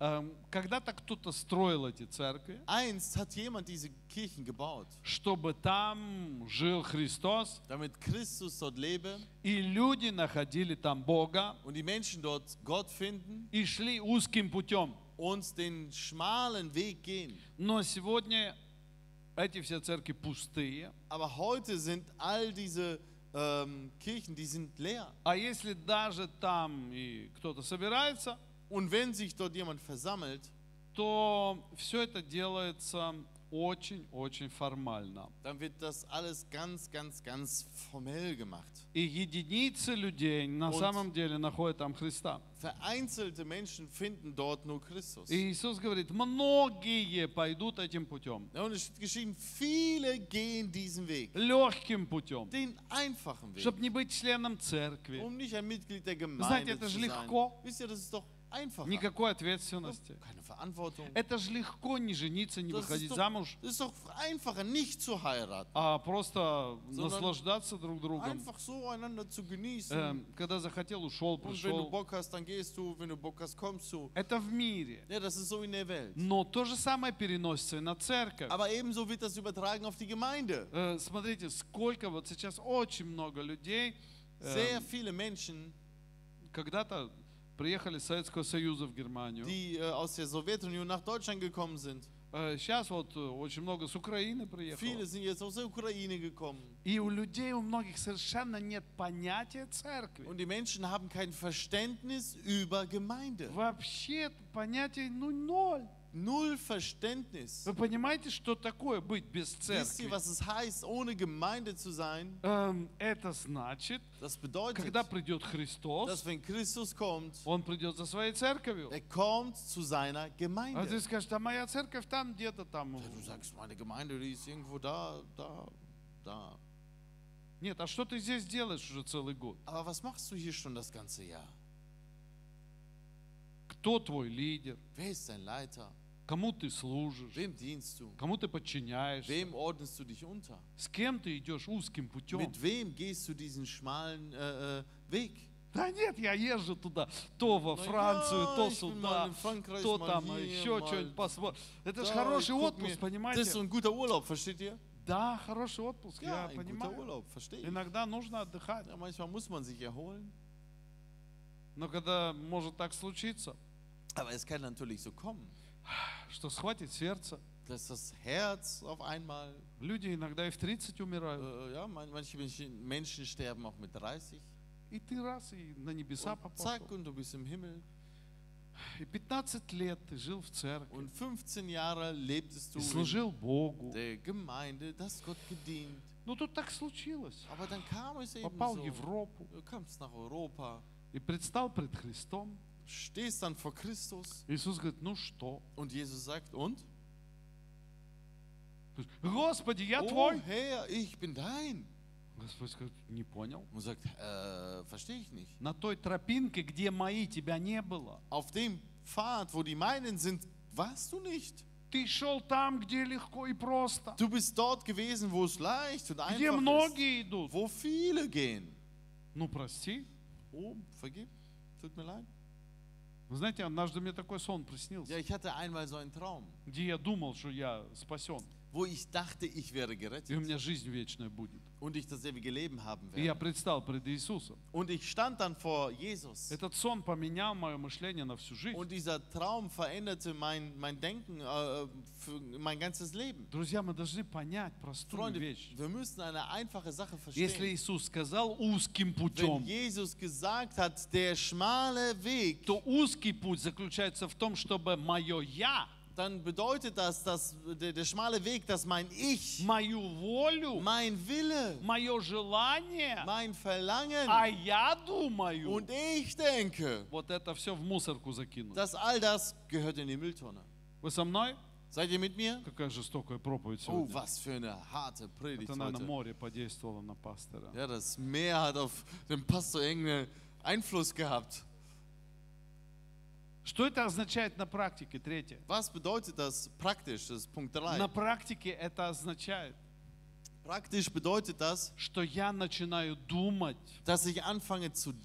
S2: Эм, Когда-то кто-то строил эти церкви,
S1: Einst hat jemand diese Kirchen gebaut,
S2: чтобы там жил Христос,
S1: damit Christus dort lebe
S2: и люди находили там Бога
S1: und die Menschen dort Gott finden
S2: и шли узким путем.
S1: uns den schmalen Weg gehen.
S2: Но сегодня эти все церкви пустые.
S1: Aber heute sind all diese ähm, Kirchen, die sind leer.
S2: А если даже там и кто-то собирается,
S1: Und wenn sich dort jemand versammelt,
S2: то все это делается очень-очень формально.
S1: dann wird das alles ganz, ganz, ganz formell gemacht.
S2: И единицы людей на
S1: Он-
S2: самом деле находят там Христа.
S1: Vereinzelte Menschen finden dort nur Christus.
S2: И Иисус говорит, многие пойдут этим путем,
S1: Ja, und es steht geschrieben, viele gehen diesen Weg,
S2: легким путем,
S1: den einfachen Weg,
S2: чтобы не быть членом церкви,
S1: um nicht ein Mitglied der Gemeinde
S2: Знаете, это
S1: zu
S2: же
S1: sein.
S2: легко.
S1: Wisst ihr, das ist doch einfach.
S2: никакой ответственности.
S1: Keine Verantwortung.
S2: Это же легко не жениться, не
S1: Das ist,
S2: выходить
S1: doch,
S2: замуж,
S1: das ist doch einfacher, nicht zu heiraten.
S2: а просто наслаждаться друг другом.
S1: Einfach so einander zu genießen.
S2: Эм, Когда захотел, ушел,
S1: und wenn du
S2: пришел.
S1: Bock hast, dann gehst du. Wenn du Bock hast, kommst du.
S2: Это в мире.
S1: Ja, das ist so in der Welt.
S2: Но то же самое переносится и на церковь.
S1: Aber ebenso wird das übertragen auf die Gemeinde.
S2: Э, Смотрите, сколько вот сейчас очень много людей э,
S1: Sehr viele Menschen,
S2: когда-то приехали из Советского Союза в Германию.
S1: die äh, aus der Sowjetunion nach Deutschland gekommen sind,
S2: Сейчас вот э, очень много с Украины
S1: viele
S2: приехало.
S1: sind jetzt aus der Ukraine gekommen.
S2: И у людей, у многих совершенно нет понятия церкви.
S1: Und die Menschen haben kein Verständnis über Gemeinde.
S2: Вообще понятия ну ноль.
S1: Null Verständnis.
S2: Вы понимаете, что такое быть без
S1: Wisst ihr,
S2: церкви?
S1: was es heißt, ohne Gemeinde zu sein?
S2: Эм, Это значит,
S1: Das bedeutet,
S2: когда придет
S1: dass
S2: Христос,
S1: wenn Christus kommt,
S2: Он придет за своей церковью.
S1: er kommt zu seiner
S2: А ты
S1: Gemeinde.
S2: скажешь, а моя церковь там где-то там.
S1: Du sagst, meine Gemeinde, die ist irgendwo da, da, da.
S2: Нет, а что ты здесь делаешь уже целый год?
S1: Aber was machst du hier schon das ganze Jahr?
S2: Кто твой лидер?
S1: Wer ist dein Leiter?
S2: Кому ты служишь?
S1: Wem dienst du?
S2: Кому ты подчиняешься?
S1: Wem ordnest du dich unter?
S2: С кем ты идешь узким путем?
S1: Mit wem gehst du diesen schmalen äh, äh, Weg?
S2: Да нет, я езжу туда, то во
S1: Ну,
S2: Францию,
S1: я
S2: то
S1: ж
S2: сюда,
S1: понимаю, Франкрайс,
S2: то там
S1: Мальдивы,
S2: еще
S1: Мальдивы.
S2: что-нибудь посмотрим. Это же
S1: Da,
S2: хороший
S1: guck
S2: отпуск,
S1: mir- Das ist so
S2: понимаете?
S1: ein guter Urlaub, versteht ihr?
S2: Да, хороший отпуск,
S1: Ja,
S2: я
S1: ein guter
S2: понимаю.
S1: Urlaub, verstehe ich.
S2: Иногда нужно отдыхать.
S1: Ja, manchmal muss man sich erholen.
S2: Но когда может так случиться,
S1: Aber es kann natürlich so kommen,
S2: что схватит сердце.
S1: dass das Herz auf einmal,
S2: Люди иногда и в 30 умирают.
S1: äh, ja, man- manche Menschen- Menschen sterben auch mit 30.
S2: И ты раз, и на небеса
S1: Und
S2: попал.
S1: zack, und du bist im Himmel.
S2: И 15 лет ты жил в церкви.
S1: Und 15 Jahre lebtest du
S2: Ты
S1: in
S2: служил Богу.
S1: der Gemeinde, das Gott gedient.
S2: Ну тут так случилось.
S1: Aber dann kam es eben
S2: Попал в
S1: so.
S2: Европу
S1: Du kamst nach Europa,
S2: и предстал пред Христом.
S1: stehst dann vor Christus
S2: Иисус говорит, ну что?
S1: und Jesus sagt, und?
S2: Господи, я
S1: Oh
S2: твой.
S1: Herr, ich bin dein.
S2: Господь говорит, не понял.
S1: Und sagt, äh, verstehe ich nicht.
S2: На той тропинке, где мои, тебя не было.
S1: Auf dem Pfad, wo die meinen sind, warst du nicht.
S2: Ты шел там, где легко и просто.
S1: Du bist dort gewesen, wo es leicht und
S2: Где
S1: einfach ist,
S2: многие идут.
S1: wo viele gehen.
S2: Ну, прости.
S1: Oh, vergib, tut mir leid.
S2: Вы знаете, однажды мне такой сон приснился,
S1: Ja, ich hatte einmal so einen Traum,
S2: где я думал, что я спасен,
S1: wo ich dachte, ich wäre gerettet
S2: и у меня жизнь вечная будет.
S1: und ich das ewige Leben haben
S2: И я
S1: werde.
S2: предстал пред Иисусом.
S1: Und ich stand dann vor Jesus.
S2: Этот сон поменял мое мышление на всю жизнь.
S1: Und dieser Traum veränderte mein, mein Denken, äh, für mein ganzes Leben.
S2: Друзья, мы должны понять простую
S1: Freunde,
S2: вещь.
S1: wir müssen eine einfache Sache verstehen.
S2: Если Иисус сказал узким
S1: Wenn
S2: путем,
S1: Jesus gesagt hat, der schmale Weg,
S2: то узкий путь заключается в том, чтобы мое я,
S1: dann bedeutet das, dass der, der schmale Weg, dass mein Ich,
S2: мою волю,
S1: mein Wille,
S2: мое желание,
S1: mein
S2: а
S1: Verlangen
S2: я думаю,
S1: und ich denke,
S2: вот это все в мусорку закинуть.
S1: dass all das gehört in die Mülltonne.
S2: Вы со мной?
S1: Seid ihr mit mir?
S2: Какая жестокая проповедь
S1: Oh,
S2: сегодня.
S1: was für eine harte Predigt
S2: Это, наверное,
S1: heute.
S2: море подействовало на пастора.
S1: Ja, das Meer hat auf den Pastor irgendeinen Einfluss gehabt.
S2: Что это означает на практике? Третье.
S1: Was bedeutet das praktisch? Das ist Punkt 3.
S2: На практике это означает,
S1: Praktisch bedeutet das,
S2: что я начинаю думать,
S1: dass ich anfange zu
S2: как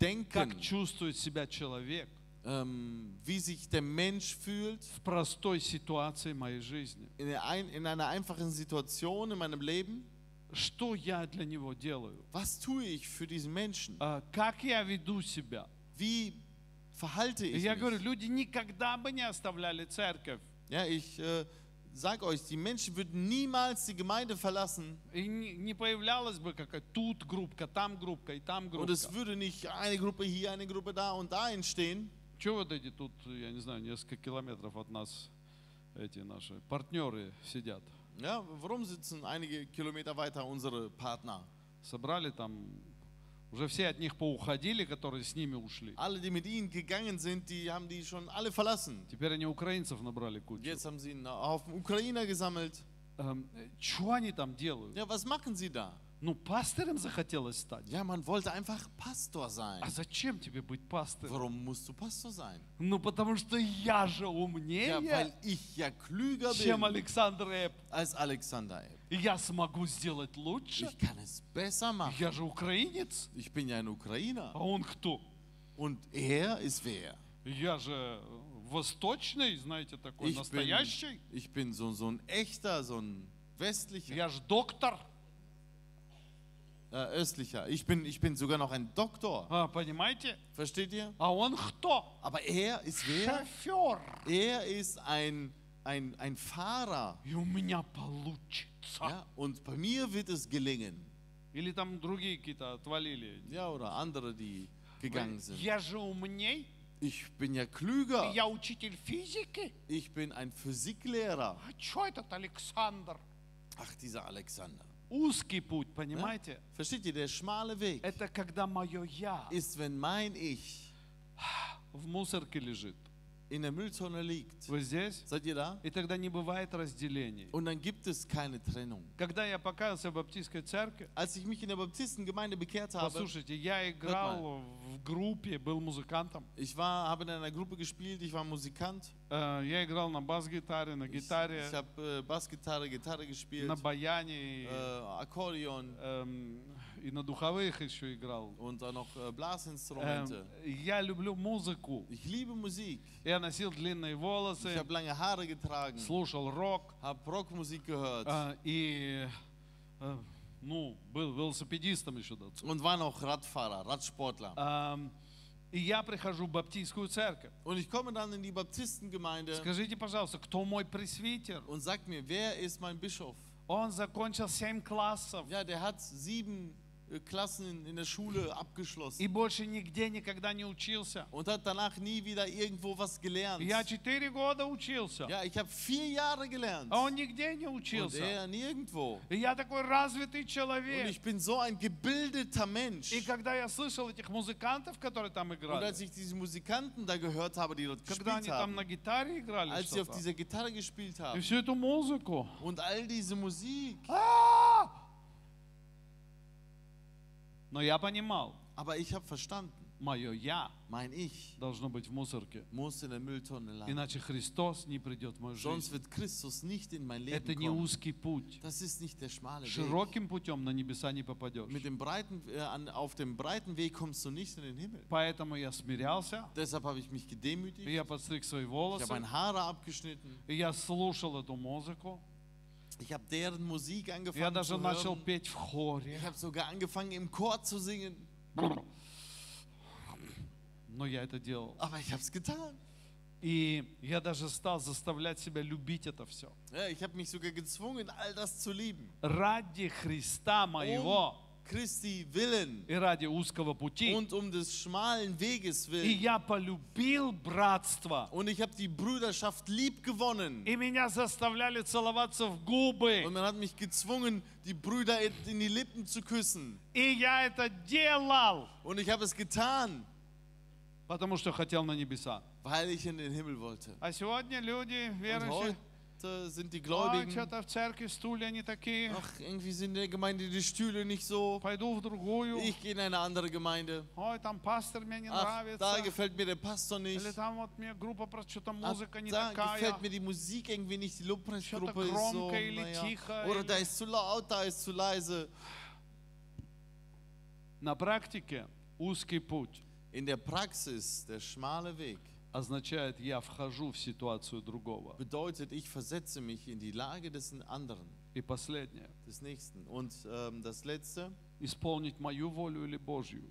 S1: denken,
S2: чувствует себя человек
S1: ähm, wie sich der Mensch fühlt
S2: в простой ситуации моей жизни.
S1: in, der ein, in einer einfachen Situation in meinem Leben.
S2: Что я для него делаю?
S1: Was tue ich für diesen Menschen?
S2: А, Как я веду себя?
S1: Wie verhalte
S2: И
S1: ich
S2: я говорю,
S1: mich?
S2: люди никогда бы не оставляли церковь.
S1: Ja, ich äh, sage euch, die Menschen würden niemals die Gemeinde verlassen
S2: И не не появлялась бы какая тут группка, там группка и там
S1: und
S2: группка.
S1: es würde nicht eine Gruppe hier, eine Gruppe da und da entstehen.
S2: Чего вот эти тут, я не знаю, несколько километров от нас эти наши партнеры сидят?
S1: Ja, warum sitzen einige Kilometer weiter unsere Partner?
S2: Собрали там, уже все от них поуходили, которые с ними ушли.
S1: Alle, die mit ihnen gegangen sind, die haben die schon alle verlassen.
S2: Теперь они украинцев набрали кучу.
S1: Jetzt haben sie einen Haufen Ukrainer gesammelt.
S2: Эм, э, Чего они там делают?
S1: Ja, was machen sie da?
S2: Ну, пастырем захотелось стать.
S1: Ja, man wollte einfach Pastor sein.
S2: А зачем тебе быть пастырем?
S1: Warum musst du Pastor sein?
S2: Ну, потому что я же
S1: Ja, weil
S2: умнее,
S1: ich ja klüger
S2: чем
S1: bin
S2: Александр Эп.
S1: als Alexander. Epp.
S2: И Я смогу сделать лучше.
S1: Ich kann es besser machen.
S2: Я же украинец.
S1: Ich bin ja ein Ukrainer.
S2: А он кто?
S1: Und er ist wer?
S2: Я же восточный, знаете, такой
S1: Ich
S2: настоящий.
S1: bin, ich bin so, so ein echter, so ein westlicher,
S2: Я же доктор.
S1: äh, östlicher. Ich bin, ich bin sogar noch ein Doktor.
S2: А, понимаете?
S1: Versteht ihr?
S2: А он кто?
S1: Aber er ist
S2: <laughs>
S1: wer?
S2: Шофер.
S1: Er ist ein, ein, ein Fahrer.
S2: И у меня получится.
S1: Ja, und bei mir wird es gelingen.
S2: Или там другие какие-то отвалили.
S1: Ja, oder andere, die gegangen sind.
S2: Я же умней.
S1: Ich bin ja klüger.
S2: Я учитель физики.
S1: Ich bin ein Physiklehrer.
S2: А что этот Александр?
S1: Ach, dieser Alexander.
S2: Узкий путь, понимаете?
S1: Versteht ihr, der schmale Weg
S2: Это когда мое я
S1: ist, wenn mein Ich
S2: в мусорке лежит.
S1: in der Mülltonne liegt.
S2: Вы здесь?
S1: Seid ihr da?
S2: И тогда не бывает разделений.
S1: Und dann gibt es keine Trennung.
S2: Когда я покаялся в баптистской церкви,
S1: Als ich mich in der Baptistengemeinde bekehrt habe,
S2: послушайте, я играл в группе, был музыкантом.
S1: ich war, habe in einer Gruppe gespielt, ich war Musikant,
S2: Э, Я играл на бас-гитаре, на
S1: ich, ich
S2: гитаре,
S1: habe äh, Bassgitarre, Gitarre gespielt,
S2: на баяне
S1: äh,
S2: и,
S1: Akkordeon
S2: эм, и на духовых еще играл.
S1: und dann noch äh,
S2: Эм,
S1: Blasinstrumente.
S2: Я люблю музыку.
S1: Ich liebe Musik.
S2: Я носил длинные
S1: Ich
S2: волосы,
S1: habe lange Haare getragen,
S2: слушал рок
S1: habe Rockmusik gehört
S2: э, и э, ну, был велосипедистом еще до этого.
S1: und war noch Radfahrer, Radsportler.
S2: Эм, И я прихожу в баптистскую церковь.
S1: Und ich komme dann in die Baptistengemeinde
S2: Скажите, пожалуйста, кто мой пресвитер?
S1: und sag mir, wer ist mein Bischof?
S2: Он закончил семь классов.
S1: Ja, der hat sieben äh, Klassen in, in der Schule abgeschlossen
S2: И больше нигде никогда не учился.
S1: und hat danach nie wieder irgendwo was gelernt.
S2: Я четыре года учился,
S1: Ja, ich habe vier Jahre gelernt
S2: а он нигде не
S1: und
S2: учился.
S1: er nirgendwo.
S2: И я такой развитый
S1: Und
S2: человек.
S1: ich bin so ein gebildeter
S2: И
S1: Mensch.
S2: когда я слышал этих музыкантов, которые там
S1: Und
S2: играли,
S1: als ich diese Musikanten da gehört habe, die dort
S2: когда
S1: gespielt
S2: они там
S1: haben,
S2: на гитаре играли
S1: als sie auf
S2: что-то,
S1: dieser Gitarre gespielt
S2: и
S1: haben
S2: всю эту музыку,
S1: und all diese Musik,
S2: А! но я понимал,
S1: aber ich habe verstanden,
S2: мое я
S1: mein Ich
S2: должно быть в мусорке,
S1: muss in der Mülltonne landen.
S2: иначе Христос не придет в мою
S1: Sonst
S2: жизнь.
S1: wird Christus nicht in mein
S2: Это
S1: Leben
S2: не
S1: kommen.
S2: узкий путь.
S1: Das ist nicht der schmale Weg.
S2: Широким путем на небеса не попадешь.
S1: Mit dem breiten, äh, an, auf dem breiten Weg kommst du nicht in den Himmel.
S2: Поэтому я смирялся,
S1: Deshalb habe ich mich gedemütigt.
S2: и я подстриг свои
S1: Ich habe
S2: волосы,
S1: meine Haare abgeschnitten.
S2: и я слушал эту музыку.
S1: Ich habe deren Musik
S2: Я
S1: angefangen
S2: даже
S1: zu
S2: начал
S1: hören.
S2: петь в хоре,
S1: Ich habe sogar angefangen im Chor zu singen.
S2: но я это делал.
S1: Aber ich habe es getan.
S2: И я даже стал заставлять себя любить это все.
S1: Ja, ich habe mich sogar gezwungen, all das zu lieben.
S2: Ради Христа моего
S1: Um Christi Willen
S2: и ради узкого пути.
S1: und um des schmalen Weges
S2: И
S1: willen.
S2: я полюбил братство.
S1: Und ich habe die Brüderschaft lieb gewonnen.
S2: И меня заставляли целоваться в губы.
S1: Und man hat mich gezwungen, die Brüder in die Lippen zu küssen.
S2: И я это делал,
S1: Und ich habe es getan,
S2: потому что хотел на небеса.
S1: weil ich in den Himmel wollte.
S2: А сегодня люди
S1: Und
S2: верующие,
S1: heute sind die
S2: «Ой,
S1: Gläubigen,
S2: что-то в церкви стулья не такие,
S1: ach, irgendwie sind in der Gemeinde die Stühle nicht so.
S2: пойду в другую,
S1: Ich gehe in eine andere Gemeinde.
S2: ой, там пастор мне не
S1: Ach, da
S2: нравится,
S1: gefällt mir der Pastor
S2: или
S1: nicht.
S2: там вот мне группа просто что-то
S1: Ach,
S2: музыка не
S1: da
S2: такая,
S1: gefällt mir die Musik irgendwie nicht, die Lobpreisgruppe
S2: Что-то
S1: ist so,
S2: громко или
S1: naja.
S2: тихо,
S1: Oder
S2: или-
S1: da ist zu laut, da ist zu leise.
S2: На практике узкий путь
S1: In der Praxis, der schmale Weg,
S2: означает, я вхожу в ситуацию другого.
S1: bedeutet, ich versetze mich in die Lage des anderen,
S2: И последнее.
S1: des Nächsten. Und ähm, das Letzte,
S2: Исполнить мою волю или Божью.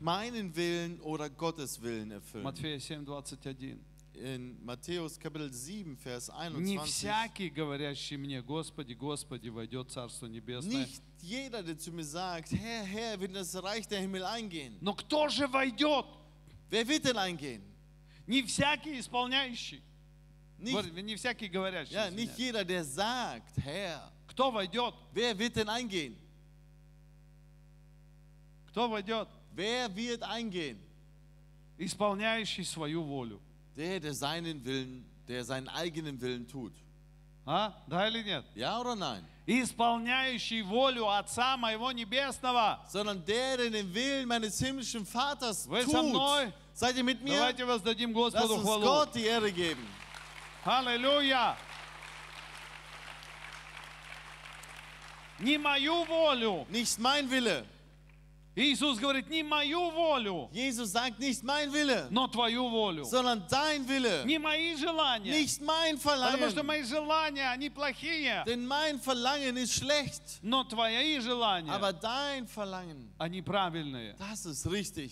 S1: meinen Willen oder Gottes Willen erfüllen.
S2: Матфея 7:21.
S1: In Matthäus Kapitel 7, Vers
S2: Не
S1: 21.
S2: всякий, говорящий мне, Господи, Господи, войдет в Царство Небесное.
S1: Nicht jeder, der zu mir sagt, Herr, Herr, wird in das Reich der Himmel eingehen.
S2: Но кто же войдет?
S1: Wer wird denn eingehen?
S2: Не всякий исполняющий.
S1: Nicht,
S2: Гор- Не всякий говорящий.
S1: ja, nicht
S2: извиняюсь.
S1: jeder, der sagt, Herr,
S2: Кто войдет?
S1: wer wird denn eingehen?
S2: Кто войдет?
S1: Wer wird eingehen?
S2: Исполняющий свою волю.
S1: Der, der seinen Willen, der seinen eigenen Willen tut.
S2: А? Да или нет?
S1: Ja oder nein?
S2: Исполняющий волю Отца моего Небесного.
S1: Sondern der, der den Willen meines himmlischen Vaters
S2: Wer ist am Neu?
S1: tut. Seid ihr mit mir?
S2: Давайте воздадим
S1: Lasst
S2: Господу
S1: uns
S2: хвалу.
S1: Gott die Ehre geben.
S2: Аллилуйя! Не мою волю.
S1: Nicht mein Wille.
S2: Иисус говорит, не мою волю,
S1: Jesus sagt nicht mein Wille,
S2: но твою волю.
S1: sondern dein Wille.
S2: Не мои желания.
S1: Nicht mein
S2: Потому что
S1: Verlangen.
S2: мои желания, они плохие.
S1: Denn mein Verlangen ist schlecht,
S2: Но твои желания,
S1: aber dein Verlangen,
S2: они правильные.
S1: das ist richtig.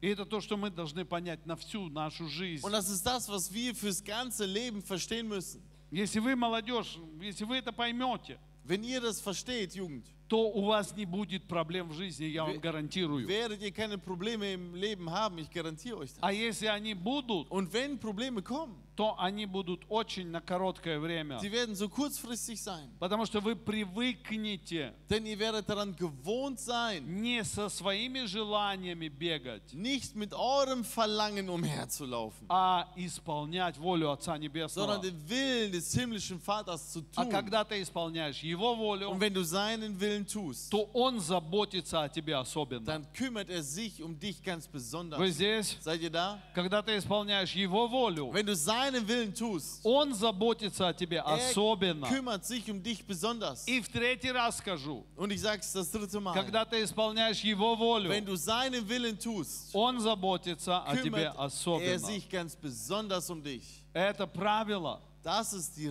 S2: И это то, что мы должны понять на всю нашу жизнь.
S1: Und das ist das, was wir fürs ganze Leben verstehen müssen.
S2: Если вы молодежь, если вы это поймете,
S1: Wenn ihr das versteht, Jugend,
S2: то у вас не будет проблем в жизни, я вам гарантирую.
S1: werdet ihr keine Probleme im Leben haben, ich garantiere euch das.
S2: А если они будут,
S1: Und wenn Probleme kommen,
S2: то они будут очень на короткое время.
S1: sie werden so kurzfristig sein.
S2: Потому что вы привыкнете
S1: Denn ihr werdet daran gewohnt sein,
S2: не со своими желаниями бегать,
S1: nicht mit eurem Verlangen umherzulaufen,
S2: а исполнять волю Отца
S1: sondern
S2: Небесного.
S1: den Willen des himmlischen Vaters zu
S2: А
S1: tun.
S2: когда ты исполняешь Его волю,
S1: Und wenn du seinen Willen tust,
S2: то Он заботится о тебе особенно.
S1: dann kümmert er sich um dich ganz besonders.
S2: Вы здесь?
S1: Seid ihr da?
S2: Когда ты исполняешь Его волю,
S1: Wenn du seinen Willen tust,
S2: Он заботится о тебе особенно.
S1: er kümmert sich um dich besonders.
S2: И в третий раз скажу,
S1: Und ich sage es das dritte Mal.
S2: когда ты исполняешь Его
S1: Wenn
S2: волю,
S1: du seinen Willen tust,
S2: Он заботится о тебе
S1: kümmert er
S2: особенно.
S1: sich ganz besonders um dich.
S2: Это правило,
S1: Das ist die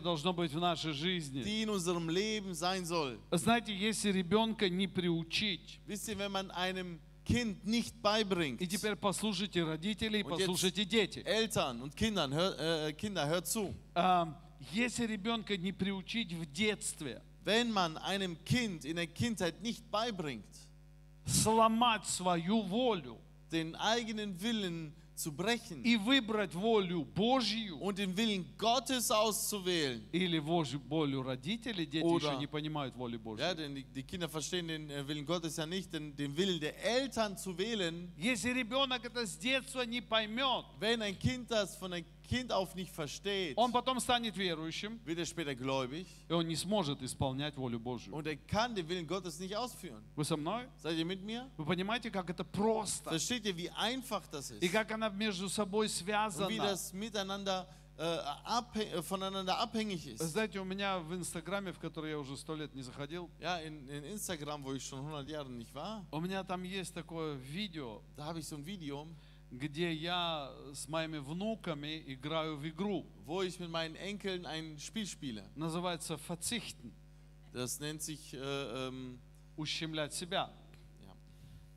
S1: Regel,
S2: должно быть в нашей жизни.
S1: die in unserem Leben sein soll.
S2: Знаете, если ребенка не приучить,
S1: Wisst ihr, wenn man einem Kind nicht beibringt,
S2: и теперь послушайте родители, и
S1: Вот это-
S2: послушайте дети.
S1: Eltern und Kindern, hör, äh, Kinder, hört zu.
S2: Ам, а, Если ребенка не приучить в детстве
S1: Wenn man einem Kind in der Kindheit nicht beibringt,
S2: сломать свою волю
S1: den eigenen Willen zu brechen
S2: и выбрать волю Божью
S1: und den Willen Gottes auszuwählen,
S2: или вож- волю родителей, дети
S1: Ура.
S2: еще не понимают воли Божьей.
S1: Ja, denn die, die Kinder verstehen den äh, Willen Gottes ja nicht, denn den Willen der Eltern zu wählen,
S2: Если ребенок это с детства не поймет,
S1: wenn ein Kind das von ein Kind auf nicht versteht,
S2: он потом станет верующим,
S1: wird er später gläubig
S2: и он не сможет исполнять волю Божью.
S1: und er kann den Willen Gottes nicht ausführen.
S2: Вы со мной?
S1: Seid ihr mit mir?
S2: Вы понимаете, как это просто?
S1: Versteht ihr, wie einfach das ist?
S2: И как она между собой
S1: Und wie
S2: связана.
S1: das miteinander äh, abhäng äh, voneinander abhängig ist.
S2: Знаете, у меня в Инстаграме, в который я уже сто лет не заходил,
S1: Ja, in, in Instagram, wo ich schon 100 Jahre nicht war,
S2: у меня там есть такое видео,
S1: da habe ich so ein Video,
S2: где я с моими внуками играю в игру.
S1: wo ich mit meinen Enkeln ein Spiel spiele.
S2: Называется «Verzichten»,
S1: Das nennt sich äh, ähm,
S2: «Ущемлять себя».
S1: Ja.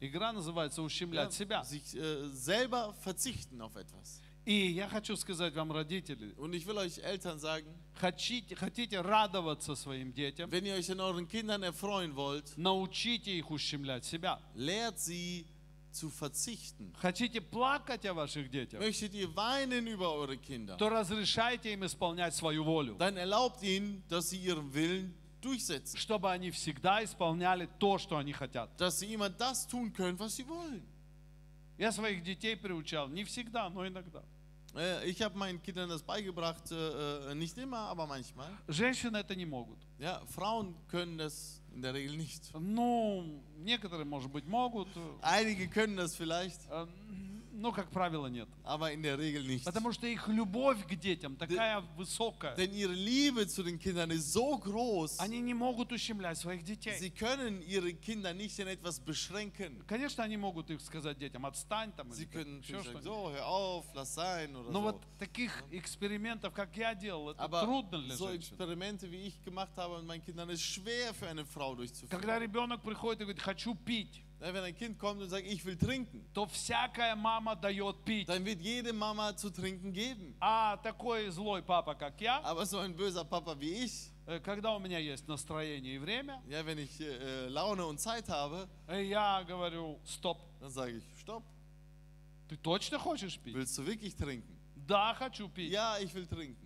S2: Игра называется «Ущемлять себя».
S1: ja, sich äh, selber verzichten auf etwas.
S2: И я хочу сказать вам, родители,
S1: Und ich will euch Eltern sagen,
S2: хотите, хотите радоваться своим детям,
S1: wenn ihr euch an euren Kindern erfreuen wollt,
S2: научите их ущемлять себя.
S1: lehrt sie zu verzichten.
S2: Хотите плакать о ваших детях,
S1: Möchtet ihr weinen über eure Kinder,
S2: то разрешайте им исполнять свою волю,
S1: dann erlaubt ihnen, dass sie ihren Willen durchsetzen.
S2: чтобы они всегда исполняли то, что они хотят.
S1: Dass sie immer das tun können, was sie wollen.
S2: Я своих детей приучал, не всегда, но иногда.
S1: Äh, Ich habe meinen Kindern das beigebracht, äh, äh, nicht immer, aber manchmal.
S2: Женщины это не могут.
S1: Ja, Frauen können das in der Regel nicht.
S2: Ну, некоторые, может быть, могут,
S1: Einige können das vielleicht,
S2: э, но, как правило, нет.
S1: aber in der Regel nicht.
S2: Потому что их любовь к детям такая высокая.
S1: Denn ihre Liebe zu den Kindern ist so groß,
S2: Они не могут ущемлять своих
S1: sie
S2: детей.
S1: können ihre Kinder nicht in etwas beschränken.
S2: Конечно, они могут их сказать детям, отстань там. или
S1: Sie können
S2: еще
S1: natürlich sagen,
S2: что-нибудь.
S1: so, hör auf, lass sein oder
S2: Но
S1: so.
S2: вот таких экспериментов, как я делал, это
S1: Aber
S2: трудно для
S1: so
S2: женщин.
S1: Experimente, wie ich gemacht habe mit meinen Kindern, ist schwer für eine Frau
S2: Когда
S1: durchzuführen.
S2: ребенок приходит и говорит, хочу пить,
S1: Ja, Wenn ein Kind kommt und sagt, ich will trinken,
S2: то всякая мама дает пить.
S1: dann wird jede Mama zu trinken geben.
S2: А такой злой папа, как я,
S1: Aber so ein böser Papa wie ich,
S2: э, когда у меня есть настроение и время,
S1: ja, wenn ich äh, äh, Laune und Zeit habe,
S2: э, я говорю, стоп,
S1: dann sage ich, stopp,
S2: ты точно хочешь пить?
S1: willst du wirklich trinken?
S2: Да, хочу пить.
S1: Ja, ich will trinken.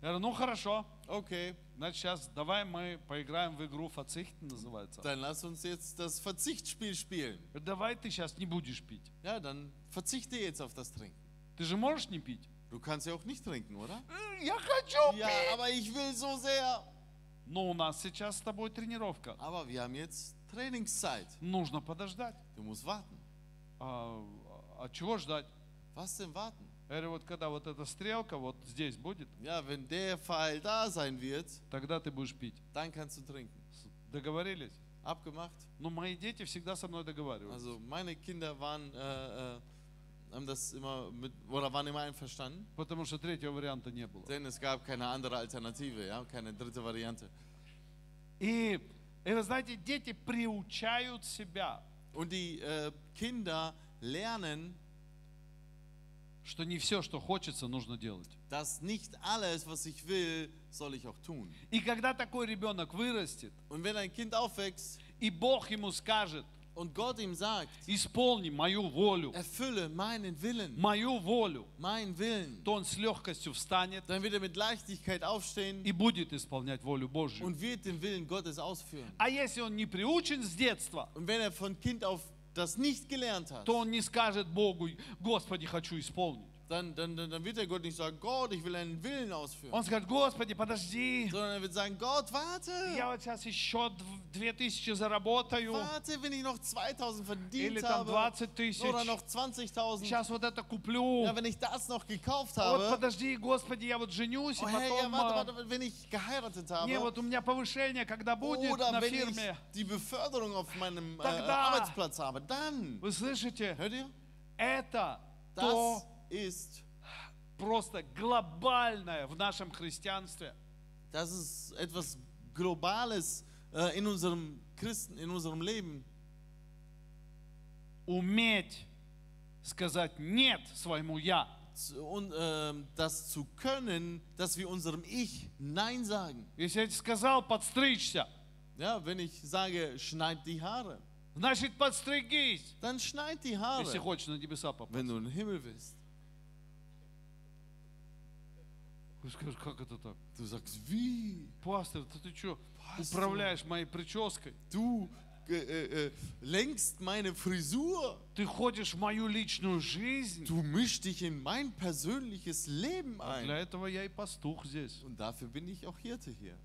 S2: Я говорю, ну хорошо,
S1: Okay,
S2: значит сейчас давай мы поиграем в игру «Фацихт» называется.
S1: dann lass uns jetzt das Verzichtsspiel spielen.
S2: Давай ты сейчас не будешь пить.
S1: Ja, dann verzichte jetzt auf das Trinken.
S2: Ты же можешь не пить?
S1: Du kannst ja auch nicht trinken, oder?
S2: «Э, Я хочу
S1: Ja,
S2: пить!
S1: aber ich will so sehr.
S2: Но у нас сейчас с тобой тренировка.
S1: Aber wir haben jetzt Trainingszeit.
S2: Нужно подождать.
S1: Du musst warten.
S2: А, а чего ждать?
S1: Was denn warten?
S2: Я говорю, вот когда вот эта стрелка вот здесь будет,
S1: Ja, wenn der Pfeil da sein wird,
S2: тогда ты будешь пить.
S1: dann kannst du trinken.
S2: С- Договорились?
S1: Abgemacht.
S2: Но мои дети всегда со мной договариваются.
S1: Also meine Kinder waren, äh, äh, haben das immer mit, oder waren immer einverstanden,
S2: Потому что третьего варианта не было.
S1: denn es gab keine andere Alternative, ja, keine dritte Variante.
S2: И, и вы знаете, дети приучают себя,
S1: Und die äh, Kinder lernen,
S2: что не все, что хочется, нужно делать.
S1: dass nicht alles, was ich will, soll ich auch tun.
S2: И когда такой ребенок вырастет,
S1: Und wenn ein Kind aufwächst
S2: и Бог ему скажет,
S1: und Gott ihm sagt,
S2: исполни мою волю,
S1: Э, erfülle meinen Willen,
S2: мою волю,
S1: meinen Willen,
S2: то он с легкостью встанет
S1: dann wird er mit Leichtigkeit aufstehen
S2: и будет исполнять волю Божью.
S1: und wird den Willen Gottes ausführen.
S2: А если он не приучен с детства,
S1: Und wenn er von Kind auf das nicht gelernt hat,
S2: то он не скажет Богу, Господи, хочу исполнить.
S1: dann, dann, dann, dann wird der Gott nicht sagen, Gott, ich will deinen Willen ausführen,
S2: Он скажет, Господи, подожди,
S1: sondern er wird sagen, Gott,
S2: я
S1: warte,
S2: вот сейчас еще дв- две тысячи заработаю,
S1: warte, wenn ich noch 2000 verdient
S2: или там
S1: habe
S2: 20 тысяч,
S1: oder noch 20.000,
S2: сейчас вот это куплю.
S1: ja, wenn ich das noch gekauft
S2: Вот
S1: habe,
S2: подожди, Господи, я вот женюсь, и
S1: oh, hey, ja,
S2: потом...
S1: warte,
S2: а,
S1: warte, warte, wenn ich geheiratet
S2: Не,
S1: habe
S2: вот у меня повышение, когда будет
S1: oder
S2: на
S1: wenn ich
S2: фирме.
S1: die Beförderung auf meinem äh,
S2: Тогда.
S1: Arbeitsplatz habe, dann,
S2: Вы слышите?
S1: hört ihr,
S2: Это
S1: das
S2: то
S1: ist,
S2: просто глобальное в нашем христианстве.
S1: das ist etwas Globales äh, in unserem Christen, in unserem Leben.
S2: Уметь сказать «нет» своему «я».
S1: zu- und, ähm, das zu können, dass wir unserem Ich Nein sagen.
S2: Если я тебе сказал «подстричься»,
S1: Ja, wenn ich sage, schneid die Haare,
S2: значит подстригись,
S1: dann schneid die
S2: если
S1: Haare,
S2: хочешь на небеса попасть.
S1: wenn du in den Himmel willst.
S2: Ты скажешь, как это так?
S1: Du sagst, wie?
S2: Пастор, да ты что,
S1: Пастор.
S2: управляешь моей прической?
S1: Du äh, äh, äh, lenkst meine Frisur.
S2: Ты ходишь в мою личную жизнь?
S1: Du mischst dich in mein persönliches Leben
S2: Для
S1: ein.
S2: этого я и пастух здесь,
S1: Und dafür bin ich auch Hirte hier,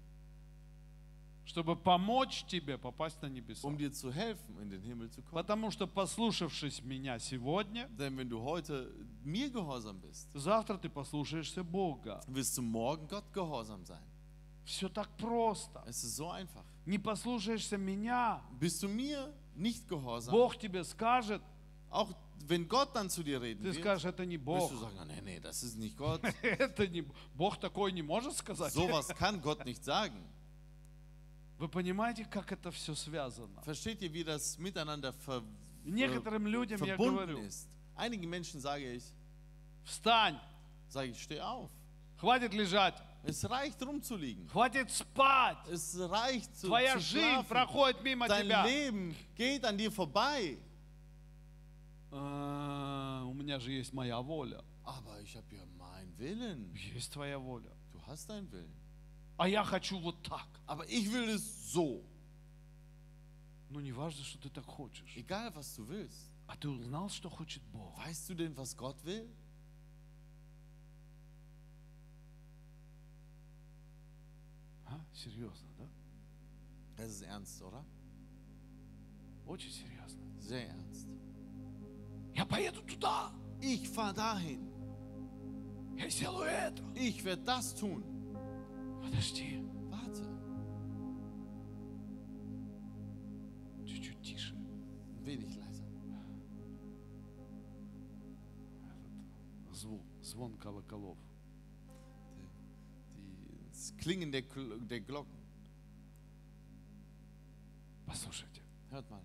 S2: чтобы помочь тебе попасть на небеса.
S1: um dir zu helfen, in den Himmel zu kommen.
S2: Потому что, послушавшись меня сегодня,
S1: Denn wenn du heute mir gehorsam bist,
S2: завтра ты послушаешься Бога.
S1: wirst du morgen Gott gehorsam sein.
S2: Все так просто.
S1: Es ist so einfach.
S2: Не послушаешься меня,
S1: Bist du mir nicht gehorsam?
S2: Бог тебе скажет,
S1: Auch wenn Gott dann zu dir reden
S2: ты
S1: wird,
S2: скажешь, это не
S1: wirst
S2: Бог.
S1: du sagen, "Ah, nee, nee, das ist nicht Gott. <laughs>
S2: <laughs> Это не Бог. Бог такой не может сказать.
S1: Sowas kann Gott nicht sagen.
S2: Вы понимаете, как это все связано?
S1: Versteht ihr, wie das miteinander ver äh,
S2: Некоторым людям я
S1: verbunden
S2: говорю,
S1: ist? Einigen Menschen sage ich,
S2: встань,
S1: sage ich, steh auf.
S2: хватит лежать,
S1: Es reicht rumzuliegen.
S2: хватит спать.
S1: Es reicht zu,
S2: Твоя
S1: zu
S2: жизнь
S1: schlafen.
S2: проходит мимо
S1: Dein
S2: тебя.
S1: Leben geht an dir vorbei.
S2: А, у меня же есть моя воля.
S1: Aber ich habe ja meinen Willen.
S2: Есть твоя воля.
S1: Du hast deinen Willen.
S2: А я хочу вот так.
S1: Aber ich will es so.
S2: Ну не важно, что ты так хочешь.
S1: Egal, was du willst.
S2: А ты узнал, что хочет Бог?
S1: Weißt du denn, was Gott will?
S2: А? Серьезно, да?
S1: Das ist ernst, oder?
S2: Очень серьезно.
S1: Sehr ernst.
S2: Я поеду туда.
S1: Ich fahre dahin.
S2: Я сделаю это.
S1: Ich werde das tun.
S2: Подожди.
S1: Warte,
S2: Чуть-чуть тише.
S1: ein wenig leiser.
S2: Этот звон, звон колоколов.
S1: Die, das Klingen der, Gl- der Glocken.
S2: Послушайте.
S1: Hört mal.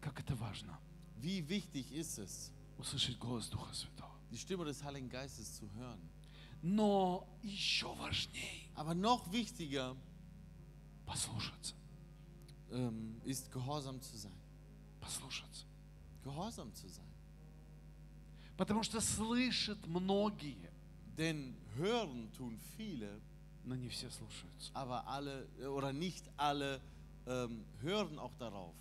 S2: Как это важно,
S1: Wie wichtig ist es,
S2: услышать голос Духа Святого.
S1: die Stimme des Heiligen Geistes zu hören.
S2: Но еще важнее
S1: Aber noch wichtiger
S2: послушаться,
S1: ähm, ist, gehorsam zu sein.
S2: послушаться.
S1: Gehorsam zu sein.
S2: Потому что слышат многие,
S1: Denn hören tun viele,
S2: но не все слушаются.
S1: aber alle äh, oder nicht alle ähm, hören auch darauf.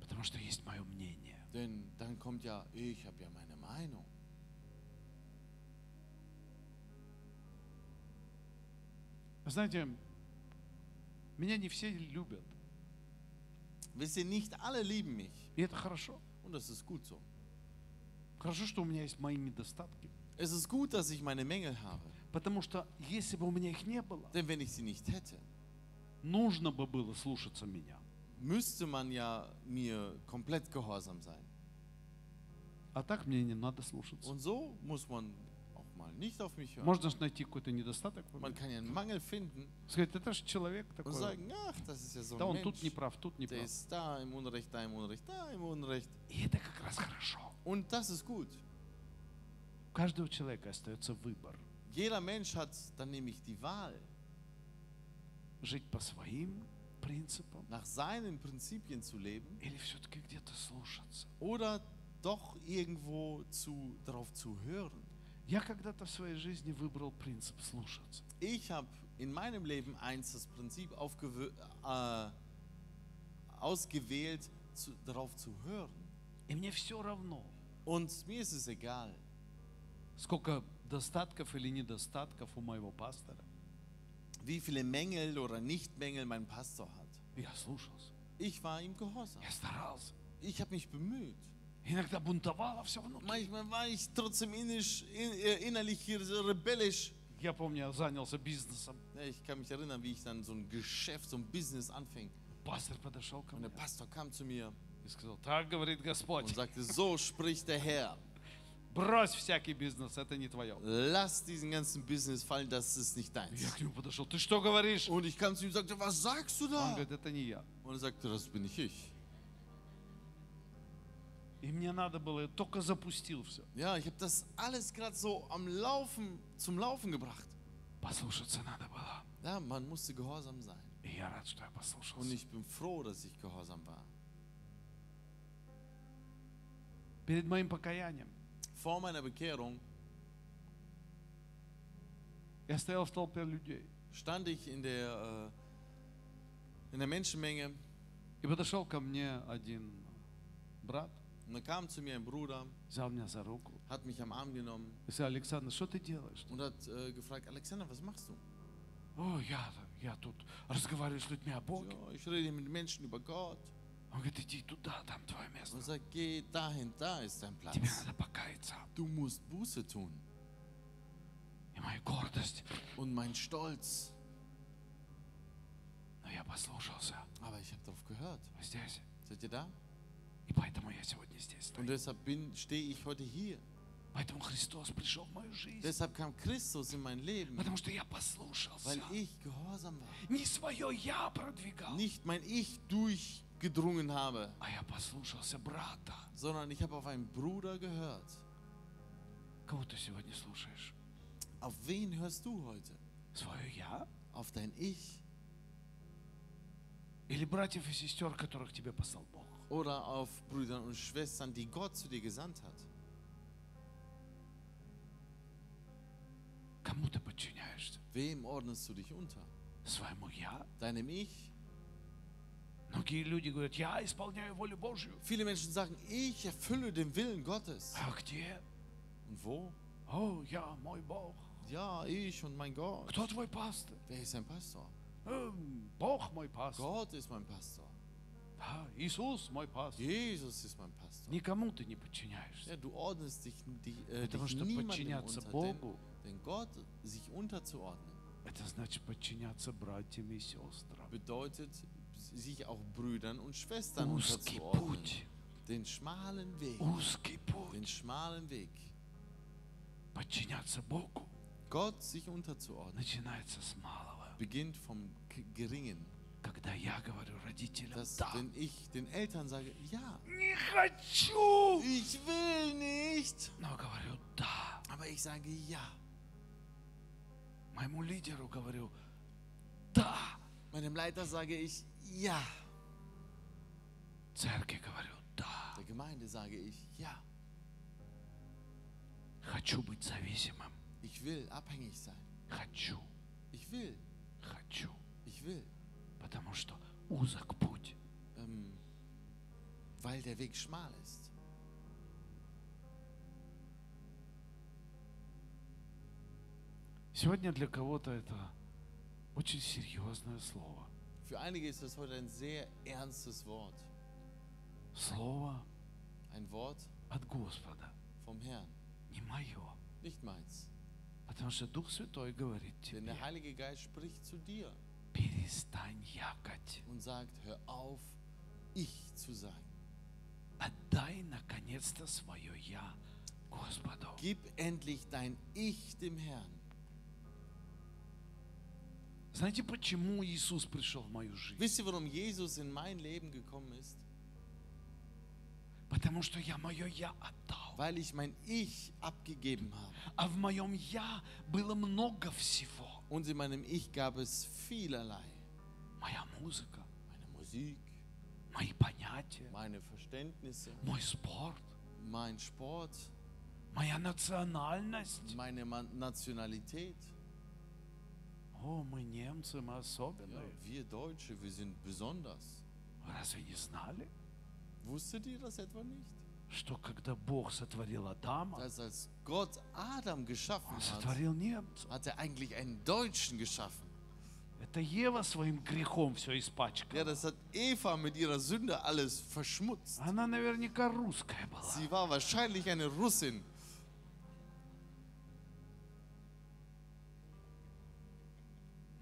S2: Потому что есть мое мнение.
S1: Denn dann kommt ja, ich habe ja meine Meinung.
S2: Вы знаете, меня не все любят.
S1: Wisst ihr, nicht alle lieben mich.
S2: И это хорошо.
S1: Und das ist gut so.
S2: Хорошо, что у меня есть мои недостатки.
S1: Es ist gut, dass ich meine Mängel habe.
S2: Потому что если бы у меня их не было,
S1: Denn wenn ich sie nicht hätte,
S2: нужно бы было слушаться меня.
S1: müsste man ja mir komplett gehorsam sein.
S2: А так мне не надо слушаться.
S1: Und so muss man auch mal nicht auf mich hören.
S2: Можно же найти какой-то недостаток. во
S1: Man
S2: мне.
S1: kann ja einen Mangel finden
S2: Сказать, это же человек
S1: und
S2: такой.
S1: sagen, ach, das ist ja so
S2: Да он
S1: ein
S2: тут не
S1: Mensch.
S2: прав, тут не
S1: Der
S2: прав.
S1: ist da im Unrecht, da im Unrecht, da im Unrecht.
S2: И это как раз хорошо.
S1: Und das ist gut.
S2: У каждого человека остается выбор.
S1: Jeder Mensch hat dann nämlich die Wahl,
S2: Жить по своим принципам
S1: nach seinen Prinzipien zu leben
S2: или все-таки где-то слушаться.
S1: oder doch irgendwo zu, darauf zu hören.
S2: Я когда-то в своей жизни выбрал принцип слушаться.
S1: Ich habe in meinem Leben eins das Prinzip aufgewö- äh, ausgewählt, zu, darauf zu hören.
S2: И мне все равно,
S1: Und mir ist es egal,
S2: сколько достатков или недостатков у моего пастора.
S1: wie viele Mängel oder Nichtmängel mein Pastor hat.
S2: Я слушался,
S1: Ich war ihm gehorsam.
S2: я старался.
S1: Ich habe mich bemüht.
S2: Иногда бунтовало все внутри.
S1: Manchmal war ich trotzdem innisch, in, äh, innerlich rebellisch.
S2: Я помню, я занялся бизнесом.
S1: Ja, Ich kann mich erinnern, wie ich dann so ein Geschäft, so ein Business anfing.
S2: Пастор подошел ко
S1: Und der
S2: мне
S1: Pastor kam zu mir
S2: и сказал, так говорит Господь,
S1: und sagte, so spricht der Herr,
S2: брось всякий бизнес, это не твое.
S1: lass diesen ganzen Business fallen, das ist nicht
S2: Я
S1: deins.
S2: к нему подошел, ты что говоришь?
S1: Und ich kam zu ihm und sagte, was sagst du
S2: Он
S1: da?
S2: говорит, это не я.
S1: Und er sagte, das bin nicht ich.
S2: И мне надо было, я только запустил все.
S1: Ja, ich habe das alles gerade so am Laufen, zum Laufen gebracht.
S2: Послушаться надо было.
S1: Ja, man musste gehorsam sein.
S2: И я рад, что я
S1: Und
S2: послушался.
S1: ich bin froh, dass ich gehorsam war.
S2: Перед моим покаянием
S1: Vor meiner Bekehrung
S2: я стоял в толпе людей
S1: stand ich in der, äh, in der Menschenmenge
S2: И подошел ко мне один брат,
S1: und da kam zu mir ein Bruder,
S2: взял меня за руку
S1: hat mich am Arm genommen
S2: и сказал, Александр, что ты делаешь?
S1: und hat äh, gefragt, Alexander, was machst du?
S2: О, я, я тут разговариваю с людьми о Боге.
S1: Ja, ich rede mit Menschen über Gott.
S2: Он говорит, иди туда, там твое место.
S1: Und sagt, geh dahin, da ist dein
S2: Тебе
S1: Platz.
S2: надо покаяться.
S1: Du musst Buße tun.
S2: И моя гордость.
S1: Und mein Stolz.
S2: Но я послушался
S1: Aber ich habe darauf gehört.
S2: здесь.
S1: Seid ihr da?
S2: И поэтому я сегодня здесь
S1: Und
S2: стою.
S1: deshalb bin, stehe ich heute hier.
S2: Поэтому Христос пришел в мою жизнь.
S1: Deshalb kam Christus in mein Leben,
S2: Потому что я послушался.
S1: weil ich gehorsam war.
S2: Не свое я продвигал,
S1: Nicht mein Ich durchgedrungen habe,
S2: а я послушался брата.
S1: sondern ich habe auf einen Bruder gehört.
S2: Кого ты сегодня слушаешь?
S1: Auf wen hörst du heute?
S2: Свое я?
S1: Auf dein Ich
S2: Или братьев и сестер, которых тебе послал Бог?
S1: oder auf Brüdern und Schwestern, die Gott zu dir gesandt hat?
S2: Кому ты подчиняешься?
S1: Wem ordnest du dich unter?
S2: Своему я?
S1: Deinem Ich?
S2: Многие люди говорят, я исполняю волю Божью.
S1: Viele Menschen sagen, ich erfülle den Willen Gottes.
S2: А где?
S1: Und wo?
S2: О, я мой Бог.
S1: Ja, ich und mein Gott.
S2: Кто твой пастор?
S1: Wer ist dein Pastor?
S2: Эм, Бог мой пастор.
S1: Gott ist mein Pastor.
S2: Да, Иисус мой пастор.
S1: Jesus ist mein Pastor.
S2: Никому ты не подчиняешься.
S1: Ja, du ordnest dich, die, äh,
S2: Потому
S1: dich
S2: что
S1: niemandem
S2: подчиняться
S1: unter, denn,
S2: Богу,
S1: denn Gott sich unterzuordnen
S2: это значит подчиняться братьям и сестрам.
S1: bedeutet, sich auch Brüdern und Schwestern
S2: Узкий
S1: unterzuordnen.
S2: путь,
S1: Den schmalen Weg,
S2: узкий
S1: den
S2: путь.
S1: schmalen Weg.
S2: Подчиняться Богу
S1: Gott sich unterzuordnen
S2: начинается с малого.
S1: beginnt vom K Geringen.
S2: Когда я говорю родителям,
S1: dass
S2: да,
S1: wenn ich den Eltern sage, ja,
S2: не хочу,
S1: ich will nicht,
S2: но говорю, да.
S1: aber ich sage ja.
S2: Моему лидеру говорю, да.
S1: Meinem Leiter sage ich ja.
S2: Церкви говорю, да.
S1: Der Gemeinde sage ich ja.
S2: Хочу быть зависимым.
S1: Ich will abhängig sein.
S2: Хочу,
S1: Ich will,
S2: хочу.
S1: ich will,
S2: Потому что узок путь.
S1: ähm, weil der Weg schmal ist.
S2: Сегодня для кого-то это очень серьезное слово.
S1: Für einige ist das heute ein sehr ernstes Wort.
S2: Слово
S1: Ein Wort
S2: от Господа,
S1: vom Herrn,
S2: не мое.
S1: nicht meins.
S2: Потому что Дух Святой говорит
S1: Denn der
S2: тебе,
S1: Heilige Geist spricht zu dir
S2: перестань якать.
S1: und sagt, hör auf, ich zu sein.
S2: Отдай наконец-то свое я Господу.
S1: Gib endlich dein Ich dem Herrn.
S2: Знаете, почему Иисус пришел в мою жизнь?
S1: Wisst ihr, warum Jesus in mein Leben gekommen ist?
S2: Потому что я мое я отдал.
S1: Weil ich mein Ich abgegeben habe.
S2: А в моем я было много всего.
S1: Und in meinem Ich gab es vielerlei.
S2: Моя музыка,
S1: Meine Musik,
S2: мои понятия,
S1: meine Verständnisse,
S2: мой спорт,
S1: mein Sport,
S2: моя национальность.
S1: meine Ma- Nationalität.
S2: О, мы немцы, мы
S1: Ja,
S2: особенные.
S1: wir Deutsche, wir sind besonders.
S2: Вы разве не знали,
S1: Wusstet ihr das etwa nicht?
S2: что когда Бог сотворил Адама,
S1: Dass als Gott Adam geschaffen
S2: Он
S1: hat,
S2: сотворил немца?
S1: hat er eigentlich einen Deutschen geschaffen.
S2: Это Ева своим грехом все
S1: Ja,
S2: испачкала.
S1: das hat Eva mit ihrer Sünde alles verschmutzt.
S2: Она наверняка русская была.
S1: Sie war wahrscheinlich eine Russin.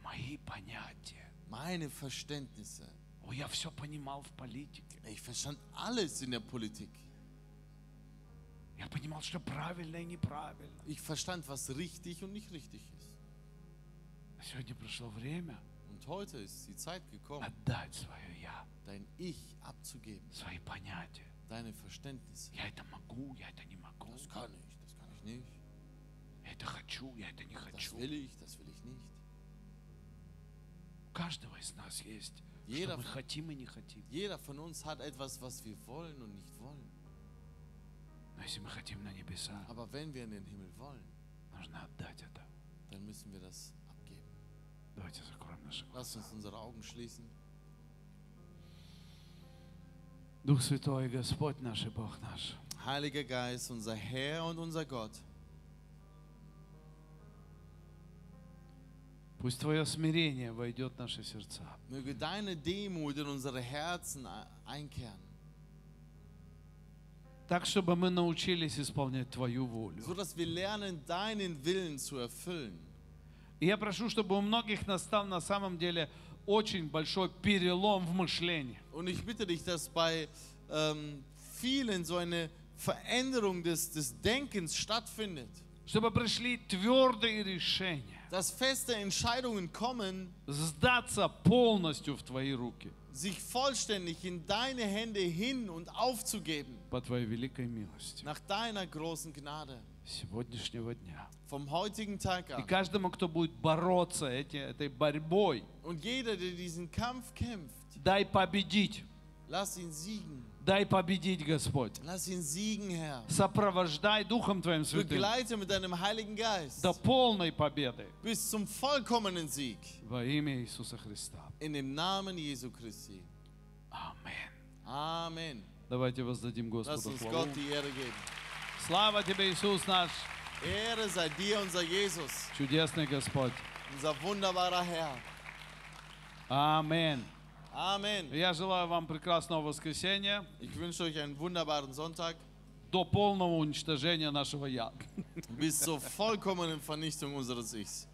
S2: Мои понятия.
S1: Meine Verständnisse.
S2: О, я все понимал в политике.
S1: Ich verstand alles in der Politik.
S2: Я понимал, что правильно и неправильно.
S1: Ich verstand, was richtig und nicht richtig ist.
S2: А сегодня пришло время
S1: Und heute ist die Zeit gekommen,
S2: отдать свое я,
S1: dein Ich abzugeben,
S2: свои понятия.
S1: deine Verständnisse.
S2: Я это могу, я это не могу.
S1: Das kann ich, das kann ich nicht.
S2: Я это хочу, я это не
S1: Das
S2: хочу.
S1: will ich, das will ich nicht.
S2: У каждого из нас есть,
S1: Jeder-
S2: что мы хотим и не хотим.
S1: Jeder von uns hat etwas, was wir wollen und nicht wollen.
S2: Но если мы хотим на небеса,
S1: Aber wenn wir in den Himmel wollen,
S2: нужно отдать это.
S1: dann müssen wir das abgeben.
S2: Давайте закроем наши глаза.
S1: Lass uns unsere Augen schließen.
S2: Дух Святой, Господь наш и Бог наш,
S1: Heiliger Geist, unser Herr und unser Gott,
S2: пусть Твое смирение войдет в наши сердца.
S1: möge deine Demut in unsere Herzen e- einkehren,
S2: Так, чтобы мы научились исполнять Твою волю.
S1: sodass wir lernen, deinen Willen zu erfüllen.
S2: И я прошу, чтобы у многих настал на самом деле очень большой перелом в мышлении.
S1: Und ich bitte dich, dass bei ähm, vielen so eine Veränderung des, des Denkens stattfindet,
S2: Чтобы пришли твердые решения.
S1: dass feste Entscheidungen kommen,
S2: Сдаться полностью в Твои руки
S1: sich vollständig in deine Hände hin und aufzugeben,
S2: по Твоей великой милости
S1: nach deiner großen Gnade,
S2: с сегодняшнего дня.
S1: vom heutigen Tag
S2: И
S1: an.
S2: каждому, кто будет бороться эти, этой борьбой,
S1: Und jeder, der diesen Kampf kämpft,
S2: дай победить.
S1: lass ihn siegen.
S2: Дай победить, Господь.
S1: Lass ihn siegen, Herr.
S2: Сопровождай Духом Твоим Святым
S1: Begleite mit deinem Heiligen Geist
S2: до полной победы
S1: bis zum vollkommenen Sieg.
S2: во имя Иисуса Христа.
S1: In dem Namen Jesu Christi.
S2: Аминь.
S1: Amen.
S2: Давайте воздадим
S1: Lass
S2: Господу
S1: uns
S2: славу.
S1: Gott die Ehre geben.
S2: Слава Тебе, Иисус наш,
S1: Ehre sei dir, unser Jesus,
S2: чудесный Господь.
S1: unser wunderbarer Herr.
S2: Аминь.
S1: Amen.
S2: Я желаю вам прекрасного воскресенья
S1: Ich wünsche euch einen wunderbaren Sonntag.
S2: до полного уничтожения нашего я.
S1: bis zur vollkommenen Vernichtung unseres Ichs.